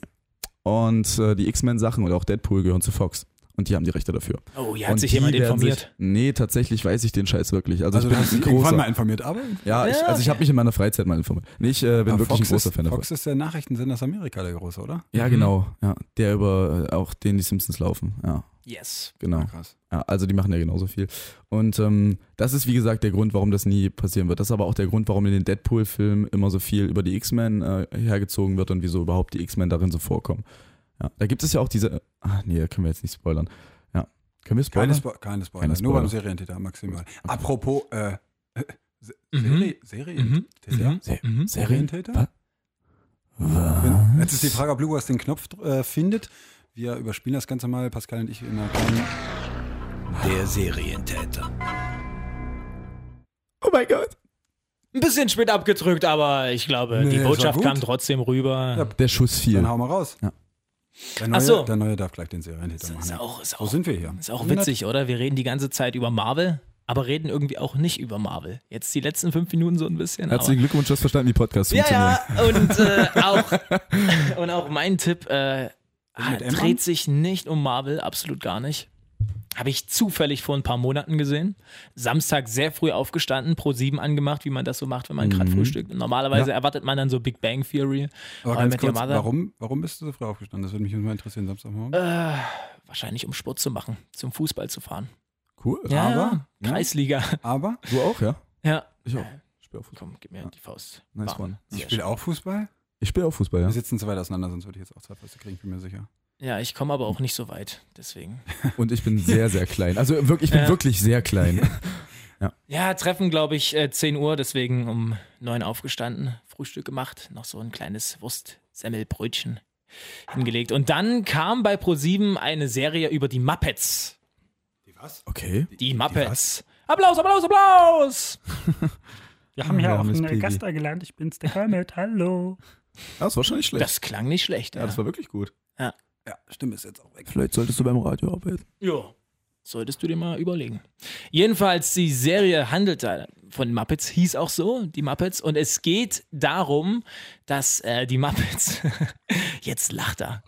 [SPEAKER 4] und äh, die X-Men-Sachen und auch Deadpool gehören zu Fox. Und die haben die Rechte dafür.
[SPEAKER 2] Oh, hier hat
[SPEAKER 4] und
[SPEAKER 2] sich
[SPEAKER 4] die
[SPEAKER 2] jemand
[SPEAKER 4] werden
[SPEAKER 2] informiert.
[SPEAKER 4] Sich, nee, tatsächlich weiß ich den Scheiß wirklich. Also,
[SPEAKER 3] Also du
[SPEAKER 4] ich bin
[SPEAKER 3] hast
[SPEAKER 4] ein
[SPEAKER 3] dich irgendwann
[SPEAKER 4] großer,
[SPEAKER 3] mal informiert, aber
[SPEAKER 4] ja, ich,
[SPEAKER 2] Ja,
[SPEAKER 4] also ich habe mich in meiner Freizeit mal informiert. Nee, Ich äh, bin
[SPEAKER 3] Aber
[SPEAKER 4] wirklich
[SPEAKER 3] Fox
[SPEAKER 4] ein großer
[SPEAKER 3] ist,
[SPEAKER 4] Fan davon.
[SPEAKER 3] Fox ist der Nachrichtensender aus Amerika, der große, oder?
[SPEAKER 4] Ja, genau. Ja, der über äh, auch den die Simpsons laufen. Ja,
[SPEAKER 2] Yes.
[SPEAKER 4] genau.
[SPEAKER 3] Krass.
[SPEAKER 4] Ja, also die machen ja genauso viel. Und ähm, das ist wie gesagt der Grund, warum das nie passieren wird. Das ist aber auch der Grund, warum in den Deadpool-Filmen immer so viel über die X-Men äh, hergezogen wird und wieso überhaupt die X-Men darin so vorkommen. Ja, da gibt es ja auch diese. Ah, nee, da können wir jetzt nicht spoilern. Ja, können wir spoilern?
[SPEAKER 3] Keine, Spo keine Spoiler,
[SPEAKER 4] Keine
[SPEAKER 3] nur
[SPEAKER 4] Spoiler.
[SPEAKER 3] beim Serientäter maximal. Apropos äh, äh, Se-
[SPEAKER 2] Mhm.
[SPEAKER 3] Serie, Serien,
[SPEAKER 2] Mhm.
[SPEAKER 3] Täter?
[SPEAKER 2] Mhm.
[SPEAKER 4] Se-
[SPEAKER 2] Mhm.
[SPEAKER 3] Serientäter?
[SPEAKER 4] Was?
[SPEAKER 3] Wenn- Jetzt ist die Frage, ob Lukas den Knopf äh, findet. Wir überspielen das Ganze mal, Pascal und ich in einer kleinen
[SPEAKER 5] Der Serientäter.
[SPEAKER 4] Oh mein Gott.
[SPEAKER 2] Ein bisschen spät abgedrückt, aber ich glaube,
[SPEAKER 3] Nee,
[SPEAKER 2] die
[SPEAKER 3] ist doch
[SPEAKER 2] Botschaft
[SPEAKER 3] gut.
[SPEAKER 2] kam trotzdem rüber.
[SPEAKER 4] Der Schuss fiel.
[SPEAKER 3] Dann hau mal raus.
[SPEAKER 4] Ja.
[SPEAKER 3] Der, neue,
[SPEAKER 2] Ach so.
[SPEAKER 3] der neue darf gleich den Serientäter machen.
[SPEAKER 2] ist auch, ist
[SPEAKER 3] Wo
[SPEAKER 2] auch,
[SPEAKER 3] sind wir hier?
[SPEAKER 2] ist auch witzig, oder? Wir reden die ganze Zeit über Marvel, aber reden irgendwie auch nicht über Marvel. Jetzt die letzten fünf Minuten so ein bisschen. aber-
[SPEAKER 4] Herzlichen Glückwunsch, du hast verstanden, wie Podcasts
[SPEAKER 2] Ja,
[SPEAKER 4] funktionieren.
[SPEAKER 2] ja, und, äh, auch, und auch mein Tipp äh, ah,
[SPEAKER 3] mit M an?
[SPEAKER 2] dreht sich nicht um Marvel, absolut gar nicht. Habe ich zufällig vor ein paar Monaten gesehen. Samstag sehr früh aufgestanden, pro sieben angemacht, wie man das so macht, wenn man gerade frühstückt. Und normalerweise erwartet man dann so Big Bang Theory.
[SPEAKER 3] Mhm. Aber
[SPEAKER 2] How I
[SPEAKER 3] ganz
[SPEAKER 2] Met Your
[SPEAKER 3] kurz,
[SPEAKER 2] Mother.
[SPEAKER 3] warum, warum bist du so früh aufgestanden? Das würde mich mal interessieren, Samstagmorgen.
[SPEAKER 2] Wahrscheinlich um Sport zu machen, zum Fußball zu fahren.
[SPEAKER 4] Cool.
[SPEAKER 2] Ja,
[SPEAKER 3] Aber, ne?
[SPEAKER 2] ja. Kreisliga.
[SPEAKER 3] Aber
[SPEAKER 4] Du auch, ja?
[SPEAKER 2] Ja,
[SPEAKER 4] Ich auch. Ich spiele auch Fußball.
[SPEAKER 2] komm, gib mir die Faust.
[SPEAKER 4] Nice
[SPEAKER 2] Warm.
[SPEAKER 4] one.
[SPEAKER 2] Sehr
[SPEAKER 3] ich spiele auch Fußball.
[SPEAKER 4] Ich spiele auch Fußball,
[SPEAKER 3] Wir
[SPEAKER 4] ja.
[SPEAKER 3] sitzen zu weit auseinander, sonst würde ich jetzt auch zwei Fäuste kriegen, bin mir sicher.
[SPEAKER 2] schön. Ja, ich komme aber auch nicht so weit, deswegen.
[SPEAKER 4] Und ich bin sehr, sehr klein. Also wirklich, ich bin
[SPEAKER 2] Ja.
[SPEAKER 4] wirklich sehr klein.
[SPEAKER 2] Ja, Treffen, glaube ich, äh, 10 Uhr, deswegen um 9 aufgestanden, Frühstück gemacht, noch so ein kleines Wurstsemmelbrötchen hingelegt. Und dann kam bei ProSieben eine Serie über die Muppets.
[SPEAKER 4] Okay.
[SPEAKER 2] Die Muppets. Applaus, Applaus, Applaus!
[SPEAKER 6] Wir haben hier
[SPEAKER 4] Ja,
[SPEAKER 6] auch
[SPEAKER 4] Miss
[SPEAKER 6] einen
[SPEAKER 4] Piggy.
[SPEAKER 6] Gast eingeladen. Ich bin's, der Hermit. Hallo.
[SPEAKER 4] Das war schon nicht schlecht.
[SPEAKER 2] Das klang nicht schlecht. Ja,
[SPEAKER 4] war wirklich gut.
[SPEAKER 3] Ja, Stimme ist jetzt auch weg.
[SPEAKER 4] Vielleicht solltest du beim Radio arbeiten.
[SPEAKER 2] ja. solltest du dir mal überlegen. Jedenfalls, die Serie handelt da von Muppets, hieß auch so, die Muppets. Und es geht darum, dass äh, die Muppets, jetzt lacht er,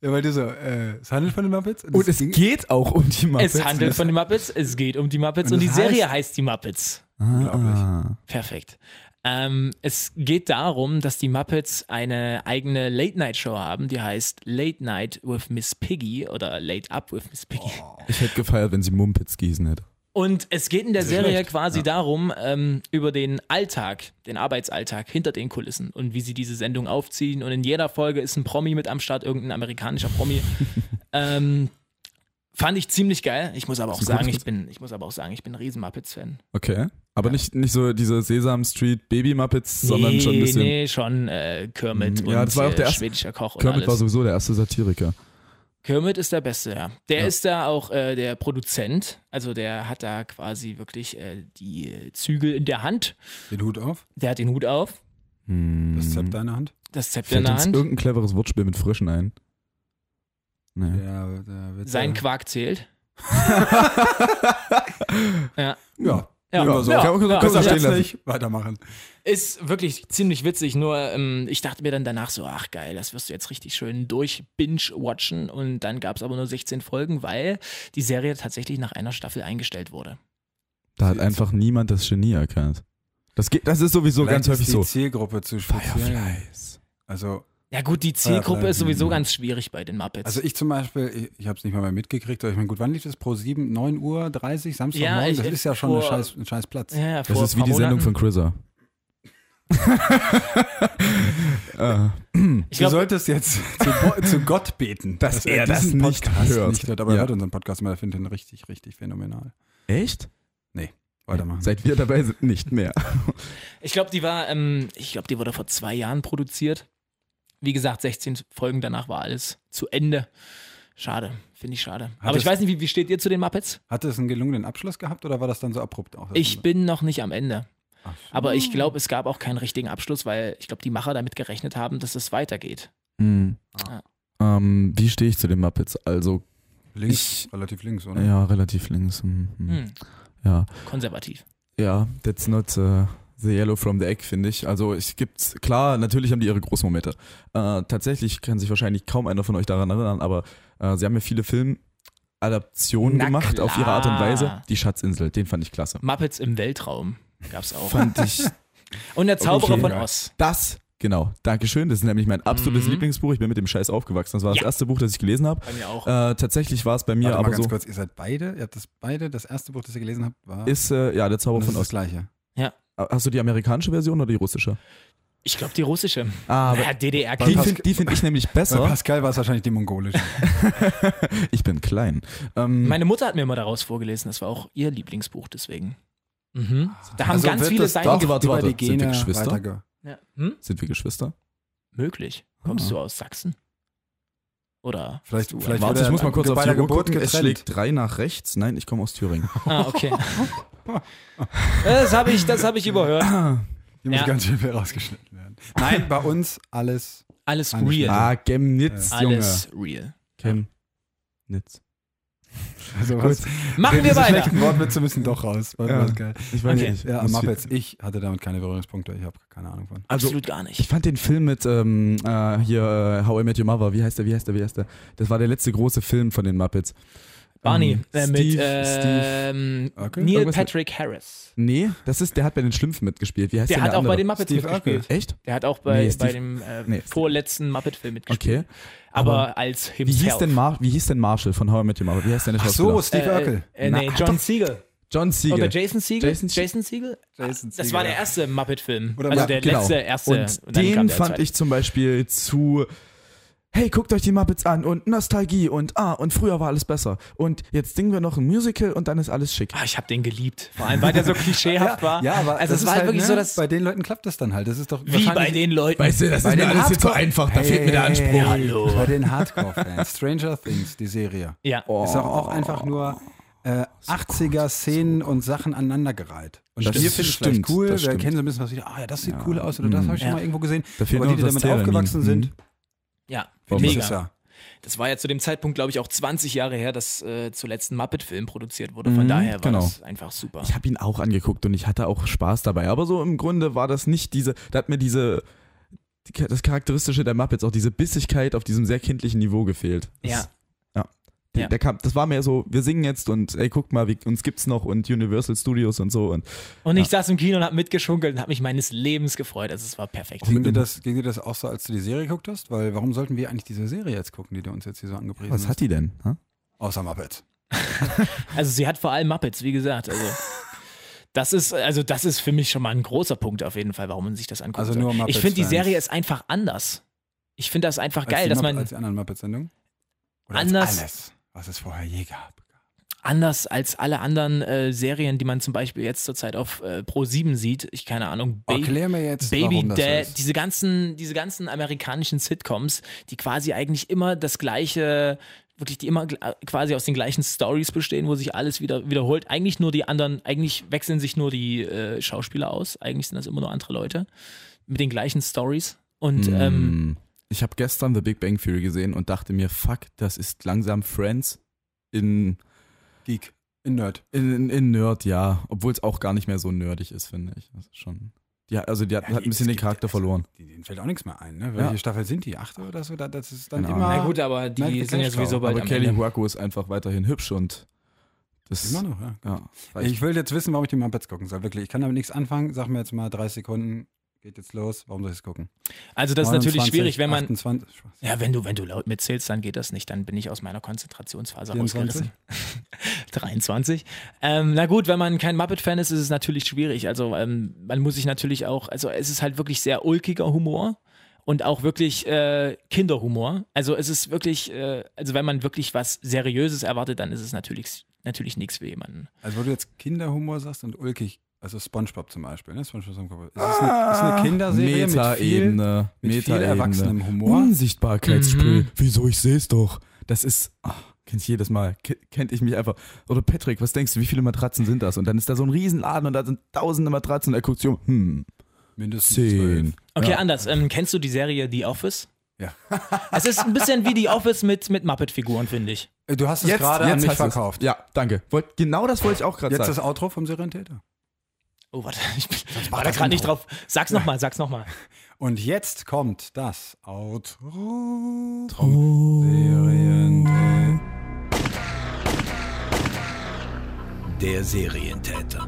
[SPEAKER 3] Ja, weil du so, äh, es handelt von den Muppets. Das
[SPEAKER 4] Und es
[SPEAKER 3] ging-
[SPEAKER 4] geht auch um die Muppets.
[SPEAKER 2] Es handelt von den Muppets, es geht um die Muppets
[SPEAKER 4] Und
[SPEAKER 2] und, die
[SPEAKER 4] das Ah.
[SPEAKER 2] Serie heißt die Muppets.
[SPEAKER 4] Unglaublich.
[SPEAKER 2] Perfekt. Ähm, es geht darum, dass die Muppets eine eigene Late-Night-Show haben, die heißt Late Night with Miss Piggy oder Late Up with Miss Piggy.
[SPEAKER 4] Ich hätte gefeiert, wenn sie Mumpitz gießen hätte.
[SPEAKER 2] Und es geht in der
[SPEAKER 3] Nicht
[SPEAKER 2] Serie
[SPEAKER 3] schlecht,
[SPEAKER 2] quasi darum, ähm, über den Alltag, den Arbeitsalltag hinter den Kulissen und wie sie diese Sendung aufziehen. Und in jeder Folge ist ein Promi mit am Start, irgendein amerikanischer Promi. ähm, fand ich ziemlich geil. Ich muss aber auch
[SPEAKER 4] Ist ein
[SPEAKER 2] sagen,
[SPEAKER 4] gutes-
[SPEAKER 2] ich bin, ich muss aber auch sagen, ich bin ein riesen Muppets-Fan.
[SPEAKER 4] Okay. Aber nicht, nicht so diese Sesam Street Baby Muppets, sondern
[SPEAKER 2] nee,
[SPEAKER 4] schon ein bisschen.
[SPEAKER 2] Nee, schon äh, Kermit
[SPEAKER 4] Ja,
[SPEAKER 2] und
[SPEAKER 4] das war auch der
[SPEAKER 2] äh,
[SPEAKER 4] erste-
[SPEAKER 2] schwedischer Koch und
[SPEAKER 4] Kermit
[SPEAKER 2] alles.
[SPEAKER 4] war sowieso der erste Satiriker.
[SPEAKER 2] Kermit ist der Beste, ja. Der
[SPEAKER 4] Ja.
[SPEAKER 2] ist da auch äh, der Produzent. Also der hat da quasi wirklich äh, die äh, Zügel in der Hand.
[SPEAKER 3] Den Hut auf,
[SPEAKER 2] Der hat den Hut auf,
[SPEAKER 4] Hm. Mhm.
[SPEAKER 3] das Zepter in der Hand.
[SPEAKER 2] das Zepter in
[SPEAKER 4] Fällt
[SPEAKER 2] der
[SPEAKER 4] uns
[SPEAKER 2] Hand,
[SPEAKER 4] irgendein cleveres Wortspiel mit Frischen ein? Nee.
[SPEAKER 3] Ja, da wird
[SPEAKER 2] sein
[SPEAKER 3] äh,
[SPEAKER 2] Quark zählt.
[SPEAKER 3] Ja,
[SPEAKER 2] Ja,
[SPEAKER 3] Ja, so.
[SPEAKER 4] Kann man- kann
[SPEAKER 2] ja,
[SPEAKER 4] man
[SPEAKER 2] ja.
[SPEAKER 4] stehen
[SPEAKER 3] das
[SPEAKER 4] lassen.
[SPEAKER 3] nicht. Weitermachen.
[SPEAKER 2] Ist wirklich ziemlich witzig, nur ähm, ich dachte mir dann danach so, ach geil, das wirst du jetzt richtig schön durch binge-watchen und dann gab es aber nur 16 Folgen, weil die Serie tatsächlich nach einer Staffel eingestellt wurde.
[SPEAKER 4] Da hat einfach niemand das Genie erkannt. Das, geht, das ist sowieso
[SPEAKER 3] Vielleicht
[SPEAKER 4] ganz häufig
[SPEAKER 3] ist die
[SPEAKER 4] so.
[SPEAKER 3] Zielgruppe zu speziell.
[SPEAKER 4] Fireflies.
[SPEAKER 3] Also,
[SPEAKER 2] Ja gut, die Zielgruppe
[SPEAKER 3] ja,
[SPEAKER 2] ist sowieso
[SPEAKER 4] ja.
[SPEAKER 2] ganz schwierig bei den Muppets.
[SPEAKER 3] also ich zum Beispiel, ich, ich habe es nicht mal mehr mitgekriegt, aber ich meine, gut, wann lief das? Pro 7, 9 Uhr, 30, Samstagmorgen?
[SPEAKER 2] Ja, ich-
[SPEAKER 3] das ist ja schon
[SPEAKER 2] vor-
[SPEAKER 3] ein scheiß, ein scheiß Platz.
[SPEAKER 2] ja, ja,
[SPEAKER 4] Das
[SPEAKER 2] vor
[SPEAKER 4] ist
[SPEAKER 2] ein
[SPEAKER 4] wie
[SPEAKER 2] paar
[SPEAKER 4] die Sendung von
[SPEAKER 2] Monaten.
[SPEAKER 4] Chrissa. äh,
[SPEAKER 2] Ich
[SPEAKER 3] du
[SPEAKER 2] glaub,
[SPEAKER 3] solltest jetzt zu, Bo- zu Gott beten,
[SPEAKER 4] Dass er das
[SPEAKER 3] diesen
[SPEAKER 4] nicht hört.
[SPEAKER 3] nicht hört. Aber
[SPEAKER 4] Ja.
[SPEAKER 3] er hört unseren Podcast immer, er findet ihn richtig, richtig phänomenal.
[SPEAKER 4] echt?
[SPEAKER 3] Weitermachen.
[SPEAKER 4] Seit wir dabei sind, nicht mehr.
[SPEAKER 2] Ich glaube, die war, ähm, ich glaube, die wurde vor zwei Jahren produziert. Wie gesagt, 16 Folgen danach war alles zu Ende. Schade, finde ich schade.
[SPEAKER 3] Hat
[SPEAKER 2] Aber ich
[SPEAKER 3] es-
[SPEAKER 2] weiß nicht, wie, wie steht ihr zu den Muppets?
[SPEAKER 3] Hat es einen gelungenen Abschluss gehabt oder war das dann so abrupt auch? Also,
[SPEAKER 2] Ich bin noch nicht am Ende.
[SPEAKER 3] Ach so.
[SPEAKER 2] Aber ich glaube, es gab auch keinen richtigen Abschluss, weil ich glaube, die Macher damit gerechnet haben, dass es weitergeht.
[SPEAKER 3] Hm.
[SPEAKER 4] Ah. Ähm, wie stehe ich zu den Muppets? Also,
[SPEAKER 3] links, relativ links, oder?
[SPEAKER 4] ja, relativ links. hm, hm.
[SPEAKER 2] Hm,
[SPEAKER 4] Ja.
[SPEAKER 2] konservativ.
[SPEAKER 4] Ja, that's not äh, the yellow from the egg, finde ich. Also es gibt's, klar, natürlich haben die ihre großen Momente. Äh, tatsächlich kann sich wahrscheinlich kaum einer von euch daran erinnern, aber äh, sie haben ja viele Filmadaptionen
[SPEAKER 2] Na
[SPEAKER 4] gemacht auf ihre Art und
[SPEAKER 2] klar.
[SPEAKER 4] Weise. Die Schatzinsel, den fand ich klasse.
[SPEAKER 2] Muppets im Weltraum gab es auch.
[SPEAKER 4] Fand ich
[SPEAKER 2] Und der Zauberer
[SPEAKER 4] Okay.
[SPEAKER 2] von Oz.
[SPEAKER 4] das, genau, Dankeschön. Das ist nämlich mein absolutes
[SPEAKER 2] Mhm.
[SPEAKER 4] Lieblingsbuch. Ich bin mit dem Scheiß aufgewachsen. Das war das
[SPEAKER 2] Ja.
[SPEAKER 4] erste Buch, das ich gelesen habe.
[SPEAKER 2] Bei mir auch.
[SPEAKER 4] Äh, tatsächlich war es bei mir
[SPEAKER 3] Warte mal
[SPEAKER 4] aber
[SPEAKER 3] ganz
[SPEAKER 4] so,
[SPEAKER 3] kurz, ihr seid beide, ihr habt das beide, das erste Buch, das ihr gelesen habt, war
[SPEAKER 4] ist äh, ja der Zauber
[SPEAKER 3] das,
[SPEAKER 4] von
[SPEAKER 3] ist das
[SPEAKER 4] Ost. Äh,
[SPEAKER 3] gleiche.
[SPEAKER 4] Hast du die amerikanische Version oder die russische?
[SPEAKER 2] Ich glaube, die russische.
[SPEAKER 4] Ah,
[SPEAKER 2] naja, DDR
[SPEAKER 4] die
[SPEAKER 2] kennt
[SPEAKER 4] finde find ich nämlich
[SPEAKER 3] Bei
[SPEAKER 4] besser.
[SPEAKER 3] Pascal war es wahrscheinlich die mongolische.
[SPEAKER 4] ich bin klein. Ähm,
[SPEAKER 2] Meine Mutter hat mir immer daraus vorgelesen, das war auch ihr Lieblingsbuch, deswegen. Mhm. Da haben
[SPEAKER 3] Also
[SPEAKER 2] ganz
[SPEAKER 3] wird
[SPEAKER 2] viele
[SPEAKER 3] das
[SPEAKER 2] Seiten
[SPEAKER 4] dort-
[SPEAKER 2] ge-
[SPEAKER 4] Warte,
[SPEAKER 3] Über
[SPEAKER 4] warte,
[SPEAKER 3] die
[SPEAKER 4] sind wir
[SPEAKER 3] Gene
[SPEAKER 4] Geschwister?
[SPEAKER 3] weiterge
[SPEAKER 2] ja. hm?
[SPEAKER 4] Sind wir Geschwister?
[SPEAKER 2] Möglich. Kommst
[SPEAKER 4] Ah.
[SPEAKER 2] du aus Sachsen? Oder?
[SPEAKER 3] Vielleicht-
[SPEAKER 2] du
[SPEAKER 3] vielleicht
[SPEAKER 4] Warte, ich
[SPEAKER 3] wurde
[SPEAKER 4] muss mal
[SPEAKER 3] an-
[SPEAKER 4] kurz auf
[SPEAKER 3] bei
[SPEAKER 4] die
[SPEAKER 3] der
[SPEAKER 4] Uhr
[SPEAKER 3] Geburt
[SPEAKER 4] gucken. Es
[SPEAKER 3] getrennt.
[SPEAKER 4] schlägt drei nach rechts. Nein, ich komme aus Thüringen.
[SPEAKER 2] Ah, okay. das habe ich, das hab ich überhört.
[SPEAKER 3] Die muss
[SPEAKER 2] Ja.
[SPEAKER 3] ganz schön viel rausgeschnitten werden. Nein, bei uns alles.
[SPEAKER 2] Alles
[SPEAKER 3] Angeschnitten.
[SPEAKER 2] real.
[SPEAKER 4] ah, Chemnitz, Junge.
[SPEAKER 2] Alles real.
[SPEAKER 4] Chemnitz.
[SPEAKER 3] Also
[SPEAKER 4] Gut.
[SPEAKER 3] was,
[SPEAKER 2] Machen wir weiter.
[SPEAKER 3] schlechten Wortwitze müssen doch raus. Bei
[SPEAKER 4] Ja.
[SPEAKER 3] Pascal.
[SPEAKER 4] Ich weiß
[SPEAKER 2] Okay.
[SPEAKER 4] nicht.
[SPEAKER 3] Ja,
[SPEAKER 4] Muss
[SPEAKER 3] Muppets.
[SPEAKER 4] viel-
[SPEAKER 3] Ich hatte damit keine Berührungspunkte. Ich habe keine Ahnung von.
[SPEAKER 4] Also-
[SPEAKER 2] Absolut gar
[SPEAKER 4] Ich
[SPEAKER 2] nicht.
[SPEAKER 4] fand den Film mit ähm, äh, hier äh, How I Met Your Mother. Wie heißt der? Wie heißt der? Wie heißt der? Das war der letzte große Film von den Muppets.
[SPEAKER 2] Barney
[SPEAKER 4] Ähm,
[SPEAKER 2] äh,
[SPEAKER 4] Steve,
[SPEAKER 2] mit
[SPEAKER 4] Steve.
[SPEAKER 2] ähm,
[SPEAKER 3] Urkel?
[SPEAKER 2] Neil
[SPEAKER 4] Irgendwas mit-
[SPEAKER 2] Patrick Harris.
[SPEAKER 4] Nee, das ist. Der hat bei den Schlümpfen mitgespielt. Wie heißt
[SPEAKER 2] Der
[SPEAKER 4] denn
[SPEAKER 2] hat
[SPEAKER 4] der
[SPEAKER 2] auch bei den
[SPEAKER 4] andere?
[SPEAKER 2] Muppets
[SPEAKER 3] Steve
[SPEAKER 2] mitgespielt.
[SPEAKER 3] Urkel.
[SPEAKER 4] Echt?
[SPEAKER 2] Der hat auch bei,
[SPEAKER 4] Nee, Steve-
[SPEAKER 2] bei dem äh,
[SPEAKER 4] Nee, Steve-
[SPEAKER 2] vorletzten Muppet-Film mitgespielt.
[SPEAKER 4] Okay.
[SPEAKER 2] Aber, als
[SPEAKER 4] Wie
[SPEAKER 2] himself.
[SPEAKER 4] hieß, denn Mar wie hieß denn Marshall von How I Met Your Mother? Wie heißt denn der Schauspieler?
[SPEAKER 3] Steve
[SPEAKER 2] äh, Äh, nee,
[SPEAKER 4] Na,
[SPEAKER 2] John Siegel.
[SPEAKER 4] John Siegel.
[SPEAKER 2] Oder Jason Siegel?
[SPEAKER 4] Jason
[SPEAKER 2] Jason,
[SPEAKER 4] Sie-
[SPEAKER 2] Siegel?
[SPEAKER 3] Jason
[SPEAKER 2] Das
[SPEAKER 3] Segel.
[SPEAKER 2] war der erste Muppet-Film.
[SPEAKER 3] Oder
[SPEAKER 2] Also
[SPEAKER 3] Ma-
[SPEAKER 2] der
[SPEAKER 4] Genau.
[SPEAKER 2] letzte, erste.
[SPEAKER 4] Und,
[SPEAKER 2] dann kam
[SPEAKER 4] den
[SPEAKER 2] der
[SPEAKER 4] fand
[SPEAKER 2] zweite.
[SPEAKER 4] ich zum Beispiel zu hey, guckt euch die Muppets an und Nostalgie und ah, und früher war alles besser. Und jetzt singen wir noch ein Musical und dann ist alles schick.
[SPEAKER 2] Ah, ich habe den geliebt. Vor allem, weil der so klischeehaft war.
[SPEAKER 3] Ja, aber das
[SPEAKER 2] also es
[SPEAKER 3] ist
[SPEAKER 2] war halt
[SPEAKER 3] halt,
[SPEAKER 2] wirklich
[SPEAKER 3] ne,
[SPEAKER 2] so, dass
[SPEAKER 3] bei den Leuten klappt das dann halt. Das ist doch
[SPEAKER 2] wie bei den Leuten.
[SPEAKER 4] Weißt du, das
[SPEAKER 3] Bei
[SPEAKER 4] ist mir
[SPEAKER 3] den
[SPEAKER 4] alles jetzt so
[SPEAKER 3] Hardcore-
[SPEAKER 4] einfach, da fehlt mir der Anspruch.
[SPEAKER 2] Hallo.
[SPEAKER 3] Bei den Hardcore-Fans. Stranger Things, die Serie.
[SPEAKER 2] ja.
[SPEAKER 4] Oh.
[SPEAKER 3] Ist doch auch einfach nur äh, 80er-Szenen und Sachen aneinandergereiht. Und
[SPEAKER 4] Das
[SPEAKER 3] wir
[SPEAKER 4] stimmt,
[SPEAKER 3] finden es vielleicht cool,
[SPEAKER 4] das
[SPEAKER 3] wir
[SPEAKER 4] stimmt.
[SPEAKER 3] kennen so ein bisschen was, wieder, ah ja, das sieht cool aus oder das habe ich schon
[SPEAKER 2] Mhm. Ja.
[SPEAKER 3] mal irgendwo gesehen.
[SPEAKER 4] Da fehlt
[SPEAKER 3] Aber
[SPEAKER 4] nur
[SPEAKER 3] die, die
[SPEAKER 4] das
[SPEAKER 3] damit
[SPEAKER 4] Theremin.
[SPEAKER 3] aufgewachsen sind,
[SPEAKER 4] Mhm.
[SPEAKER 2] Ja,
[SPEAKER 4] Warum
[SPEAKER 3] das
[SPEAKER 2] mega.
[SPEAKER 3] ist ja.
[SPEAKER 2] Das war ja zu dem Zeitpunkt, glaube ich, auch 20 Jahre her, dass äh, zuletzt ein Muppet-Film produziert wurde. Von
[SPEAKER 4] Mhm,
[SPEAKER 2] daher war
[SPEAKER 4] genau.
[SPEAKER 2] das einfach super.
[SPEAKER 4] Ich habe ihn auch angeguckt und ich hatte auch Spaß dabei. Aber so im Grunde war das nicht diese, da hat mir diese, die- das Charakteristische der Muppets, auch diese Bissigkeit auf diesem sehr kindlichen Niveau gefehlt. Das,
[SPEAKER 2] Ja.
[SPEAKER 4] Der,
[SPEAKER 2] Ja.
[SPEAKER 4] der kam, das war mehr so, wir singen jetzt und ey, guck mal, wie, uns gibt's noch und Universal Studios und so. Und
[SPEAKER 2] Und ich saß im Kino und habe mitgeschunkelt und habe mich meines Lebens gefreut. Also es war perfekt.
[SPEAKER 3] Ging dir, das, ging dir das auch so, als du die Serie geguckt hast? Weil warum sollten wir eigentlich diese Serie jetzt gucken, die du uns jetzt hier so angepriesen
[SPEAKER 4] was hat
[SPEAKER 3] hast?
[SPEAKER 4] die denn? Ha?
[SPEAKER 3] Außer Muppets.
[SPEAKER 2] Also sie hat vor allem Muppets, wie gesagt. Also das ist, also das ist für mich schon mal ein großer Punkt auf jeden Fall, warum man sich das anguckt.
[SPEAKER 3] Also nur
[SPEAKER 2] ich finde, die
[SPEAKER 3] Muppets-Fans.
[SPEAKER 2] Serie ist einfach anders. Ich finde das einfach
[SPEAKER 3] Als
[SPEAKER 2] geil,
[SPEAKER 3] die
[SPEAKER 2] dass
[SPEAKER 3] Mupp-
[SPEAKER 2] man
[SPEAKER 3] Als die anderen Muppet-Sendungen? Oder als
[SPEAKER 2] Anders-
[SPEAKER 3] Alles, was es vorher je gab.
[SPEAKER 2] anders als alle anderen äh, Serien, die man zum Beispiel jetzt zurzeit auf äh, Pro 7 sieht, ich keine Ahnung, Baby,
[SPEAKER 3] Erklär mir jetzt,
[SPEAKER 2] Baby
[SPEAKER 3] warum das so
[SPEAKER 2] Dad,
[SPEAKER 3] ist.
[SPEAKER 2] diese ganzen, diese ganzen amerikanischen Sitcoms, die quasi eigentlich immer das gleiche, wirklich die immer gl- äh, quasi aus den gleichen Stories bestehen, wo sich alles wieder wiederholt. Eigentlich nur die anderen, eigentlich wechseln sich nur die äh, Schauspieler aus. Eigentlich sind das immer nur andere Leute mit den gleichen Stories. Und ähm,
[SPEAKER 4] Mm. ich habe gestern The Big Bang Theory gesehen und dachte mir, fuck, das ist langsam Friends in,
[SPEAKER 3] Geek. In Nerd.
[SPEAKER 4] in, in, in Nerd, ja. Obwohl es auch gar nicht mehr so nerdig ist, finde ich. Das ist schon. Die, also die hat,
[SPEAKER 3] Ja,
[SPEAKER 4] hat ein
[SPEAKER 3] die-
[SPEAKER 4] bisschen
[SPEAKER 3] es
[SPEAKER 4] den
[SPEAKER 3] gibt-
[SPEAKER 4] Charakter
[SPEAKER 3] also-
[SPEAKER 4] verloren.
[SPEAKER 3] Die- Denen fällt auch nichts mehr ein, ne? Welche
[SPEAKER 4] Ja.
[SPEAKER 3] Staffel sind die? Achte oder so? Da- Das ist dann
[SPEAKER 4] Keine
[SPEAKER 3] immer.
[SPEAKER 4] Ahnung.
[SPEAKER 2] na gut, aber die
[SPEAKER 3] Nein, ich bin
[SPEAKER 2] sind ja
[SPEAKER 3] gleich
[SPEAKER 2] sowieso
[SPEAKER 3] schlau.
[SPEAKER 2] bald
[SPEAKER 4] Aber
[SPEAKER 2] am
[SPEAKER 4] Kelly
[SPEAKER 2] Ende.
[SPEAKER 4] Huaco ist einfach weiterhin hübsch und das
[SPEAKER 3] Immer noch, ja.
[SPEAKER 4] ja, reicht.
[SPEAKER 3] Ich will jetzt wissen, warum ich die Muppets gucken soll. Wirklich, ich kann damit nichts anfangen. Sag mir jetzt mal 30 Sekunden. Geht jetzt los. Warum soll ich es gucken?
[SPEAKER 2] Also das ist natürlich schwierig, wenn man
[SPEAKER 3] 28, Spaß.
[SPEAKER 2] Ja, wenn du, wenn du laut mitzählst, dann geht das nicht. Dann bin ich aus meiner Konzentrationsphase
[SPEAKER 3] 24?
[SPEAKER 2] rausgerissen. 23. Ähm, na gut, wenn man kein Muppet-Fan ist, ist es natürlich schwierig. Also ähm, man muss sich natürlich auch, also es ist halt wirklich sehr ulkiger Humor und auch wirklich äh, Kinderhumor. Also es ist wirklich, äh, also wenn man wirklich was Seriöses erwartet, dann ist es natürlich, natürlich nichts für jemanden.
[SPEAKER 3] Also, wo du jetzt Kinderhumor sagst und ulkig, also Spongebob zum Beispiel, ne? Spongebob zum Beispiel. Es ist eine, ist
[SPEAKER 4] Ah!
[SPEAKER 3] eine Kinderserie mit viel,
[SPEAKER 4] Metaebene,
[SPEAKER 3] mit viel
[SPEAKER 4] Metaebene.
[SPEAKER 3] erwachsenem Humor.
[SPEAKER 4] Unsichtbarkeitsspiel.
[SPEAKER 2] Mhm.
[SPEAKER 4] Wieso ich sehe es doch? Das ist ach, kenn ich jedes Mal. Ke- Kennt ich mich einfach. Oder Patrick, was denkst du, wie viele Matratzen sind das? Und dann ist da so ein Riesenladen und da sind tausende Matratzen und er guckt sich um. Hm,
[SPEAKER 3] Mindestens
[SPEAKER 4] zehn.
[SPEAKER 2] Okay,
[SPEAKER 4] Ja.
[SPEAKER 2] anders. Ähm, kennst du die Serie The Office?
[SPEAKER 3] Ja.
[SPEAKER 2] es ist ein bisschen wie The Office mit, mit Muppet-Figuren, finde ich.
[SPEAKER 3] zwölf. Äh, Du hast es gerade an
[SPEAKER 4] jetzt
[SPEAKER 3] mich
[SPEAKER 4] hast du's.
[SPEAKER 3] verkauft.
[SPEAKER 4] Ja, danke. Wollt, genau das wollte ich auch gerade
[SPEAKER 3] Jetzt
[SPEAKER 4] sagen.
[SPEAKER 3] das Outro vom Serientäter.
[SPEAKER 2] Oh, warte, ich bin, war da gerade nicht drauf. Sag's nochmal, sag's nochmal.
[SPEAKER 3] Und jetzt kommt das Outro. Serientäter.
[SPEAKER 5] Der Serientäter.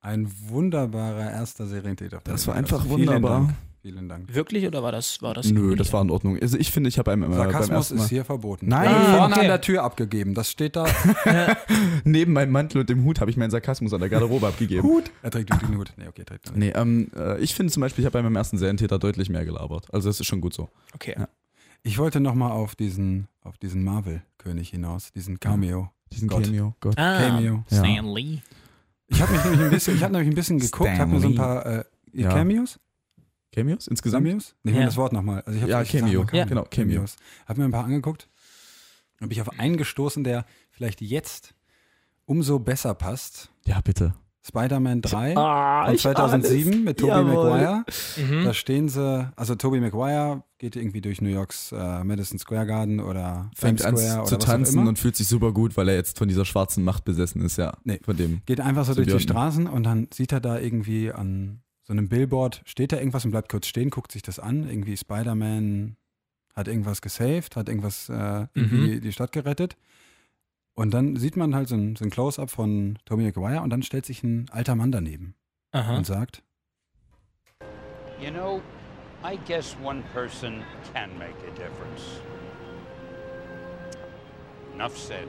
[SPEAKER 3] Ein wunderbarer erster Serientäter. Also
[SPEAKER 4] Das war einfach
[SPEAKER 3] Vielen
[SPEAKER 4] wunderbar.
[SPEAKER 3] Dank. Vielen Dank.
[SPEAKER 2] Wirklich oder war das war das?
[SPEAKER 4] Nö, das war in Ordnung. Also ich finde, ich habe einem äh, beim
[SPEAKER 3] Sarkasmus
[SPEAKER 4] ersten
[SPEAKER 3] ist
[SPEAKER 4] Mal
[SPEAKER 3] hier verboten.
[SPEAKER 4] Nein.
[SPEAKER 3] Wir haben
[SPEAKER 2] Ah,
[SPEAKER 3] vorne
[SPEAKER 2] okay.
[SPEAKER 3] an der Tür abgegeben. Das steht da.
[SPEAKER 4] neben meinem Mantel und dem Hut habe ich meinen Sarkasmus an der Garderobe abgegeben.
[SPEAKER 3] Hut. Er trägt wirklich den Hut. Nee, okay, er trägt den Hut.
[SPEAKER 4] Nee, ähm, äh, ich finde zum Beispiel, ich habe bei meinem ersten Serientäter deutlich mehr gelabert. Also das ist schon gut so.
[SPEAKER 2] Okay.
[SPEAKER 3] Ich wollte nochmal auf diesen, auf diesen Marvel-König hinaus, diesen Cameo.
[SPEAKER 4] Diesen
[SPEAKER 3] Gott.
[SPEAKER 4] Cameo. Gott.
[SPEAKER 2] Ah,
[SPEAKER 3] Cameo.
[SPEAKER 4] Ja.
[SPEAKER 2] Stan Lee.
[SPEAKER 3] Ich habe mich nämlich ein bisschen, ich habe nämlich ein bisschen geguckt, habe mir so ein paar äh,
[SPEAKER 4] Ja.
[SPEAKER 3] Cameos?
[SPEAKER 4] Cameos insgesamt?
[SPEAKER 3] Cameos? Nee, ich
[SPEAKER 2] Ja.
[SPEAKER 3] ja. das Wort nochmal. Also ich hab's-
[SPEAKER 4] Ja,
[SPEAKER 3] ich sag
[SPEAKER 4] Cameo.
[SPEAKER 3] mal
[SPEAKER 4] Ja. Genau, Cameo.
[SPEAKER 3] Cameos. Habe mir ein paar angeguckt. Dann bin ich auf einen gestoßen, der vielleicht jetzt umso besser passt.
[SPEAKER 4] Ja, bitte.
[SPEAKER 3] Spider-Man 3
[SPEAKER 4] Ah,
[SPEAKER 3] von 2007 mit Tobey
[SPEAKER 4] Jawohl.
[SPEAKER 3] Maguire.
[SPEAKER 2] Mhm.
[SPEAKER 3] Da stehen sie, also Tobey Maguire geht irgendwie durch New Yorks äh, Madison Square Garden oder
[SPEAKER 4] Fängt
[SPEAKER 3] Times
[SPEAKER 4] an
[SPEAKER 3] Square oder
[SPEAKER 4] zu
[SPEAKER 3] was auch
[SPEAKER 4] tanzen
[SPEAKER 3] immer.
[SPEAKER 4] und fühlt sich super gut, weil er jetzt von dieser schwarzen Macht besessen ist, ja.
[SPEAKER 3] Nee.
[SPEAKER 4] Von dem.
[SPEAKER 3] geht einfach so durch die
[SPEAKER 4] Symbionten.
[SPEAKER 3] Straßen und dann sieht er da irgendwie an so einem Billboard, steht da irgendwas und bleibt kurz stehen, guckt sich das an, irgendwie Spider-Man hat irgendwas gesaved, hat irgendwas äh,
[SPEAKER 4] Mhm.
[SPEAKER 3] irgendwie die Stadt gerettet. Und dann sieht man halt so ein, so ein Close-up von Tommy Maguire und dann stellt sich ein alter Mann daneben
[SPEAKER 2] Aha.
[SPEAKER 3] und sagt,
[SPEAKER 7] You know, I guess one person can make a difference. Enough said.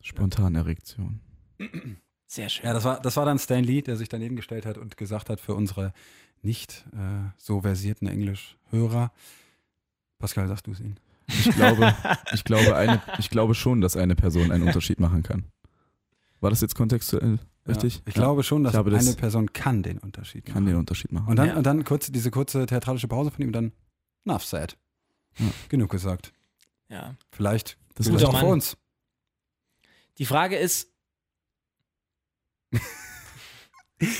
[SPEAKER 4] Spontan Erektion.
[SPEAKER 2] Sehr schön.
[SPEAKER 3] Ja, das war, das war dann Stan Lee, der sich daneben gestellt hat und gesagt hat, für unsere nicht äh, so versierten Englischhörer. Pascal, sagst du es ihnen?
[SPEAKER 4] Ich glaube, ich, glaube eine, ich glaube schon, dass eine Person einen Unterschied machen kann. War das jetzt kontextuell richtig?
[SPEAKER 3] Ja. Ich glaube schon, dass
[SPEAKER 4] Ich glaube, das-
[SPEAKER 3] eine Person kann den Unterschied
[SPEAKER 4] Kann den Unterschied machen.
[SPEAKER 3] Und dann,
[SPEAKER 2] Ja.
[SPEAKER 3] und dann kurz diese kurze theatralische Pause von ihm, dann enough said. Genug gesagt.
[SPEAKER 2] Ja.
[SPEAKER 3] Vielleicht
[SPEAKER 4] Das
[SPEAKER 3] gilt
[SPEAKER 2] guter
[SPEAKER 3] auch für
[SPEAKER 2] Mann.
[SPEAKER 3] uns.
[SPEAKER 2] Die Frage ist,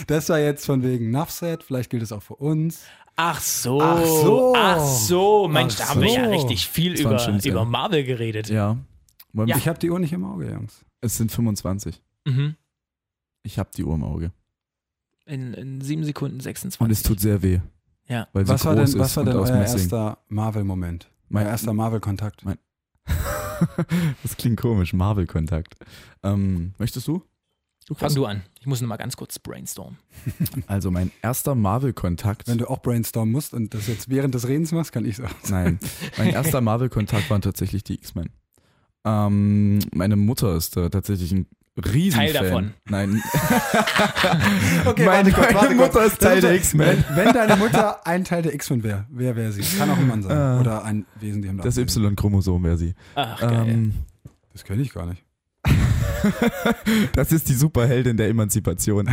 [SPEAKER 3] Das war jetzt von wegen enough said, vielleicht gilt es auch für uns.
[SPEAKER 2] ach so,
[SPEAKER 3] Ach so.
[SPEAKER 2] ach so, Mensch,
[SPEAKER 3] Ach
[SPEAKER 2] da haben wir ja
[SPEAKER 3] so.
[SPEAKER 2] richtig viel
[SPEAKER 4] Das war ein
[SPEAKER 2] über,
[SPEAKER 4] schönes
[SPEAKER 2] über
[SPEAKER 4] Ende.
[SPEAKER 2] Marvel geredet.
[SPEAKER 4] ja. Wollen wir-
[SPEAKER 3] Ich habe die Uhr nicht im Auge, Jungs.
[SPEAKER 4] Es sind 25.
[SPEAKER 2] Mhm.
[SPEAKER 4] Ich habe die Uhr im Auge.
[SPEAKER 2] In, in 7 Sekunden 26.
[SPEAKER 4] Und es tut sehr weh.
[SPEAKER 2] Ja.
[SPEAKER 4] Weil sie
[SPEAKER 3] Was war,
[SPEAKER 4] groß
[SPEAKER 3] denn, was
[SPEAKER 4] ist
[SPEAKER 3] war denn
[SPEAKER 4] und aus
[SPEAKER 3] euer
[SPEAKER 4] Messing.
[SPEAKER 3] erster Marvel-Moment?
[SPEAKER 4] Mein-
[SPEAKER 3] Mein erster Marvel-Kontakt?
[SPEAKER 4] Mein- das klingt komisch. Marvel-Kontakt. Ähm, möchtest du? du
[SPEAKER 2] Fang du an. Ich muss nur mal ganz kurz brainstormen.
[SPEAKER 4] Also mein erster Marvel-Kontakt.
[SPEAKER 3] Wenn du auch brainstormen musst und das jetzt während des Redens machst, kann ich sagen.
[SPEAKER 4] Nein, mein erster Marvel-Kontakt waren tatsächlich die X-Men. Ähm, meine Mutter ist da tatsächlich ein Riesenfan.
[SPEAKER 2] Teil davon.
[SPEAKER 4] Nein,
[SPEAKER 3] Okay,
[SPEAKER 4] Meine- meine Mutter ist Teil der
[SPEAKER 3] Wenn-
[SPEAKER 4] X-Men.
[SPEAKER 3] Wenn deine Mutter ein Teil der X-Men wäre, wer wäre sie? Kann auch ein Mann sein.
[SPEAKER 4] Äh,
[SPEAKER 3] Oder ein Wesen, die haben
[SPEAKER 4] das
[SPEAKER 3] abgesehen.
[SPEAKER 4] Y-Chromosom wäre sie.
[SPEAKER 2] Ach, geil.
[SPEAKER 4] Ähm,
[SPEAKER 3] Das kenne ich gar nicht.
[SPEAKER 4] das ist die Superheldin der Emanzipation.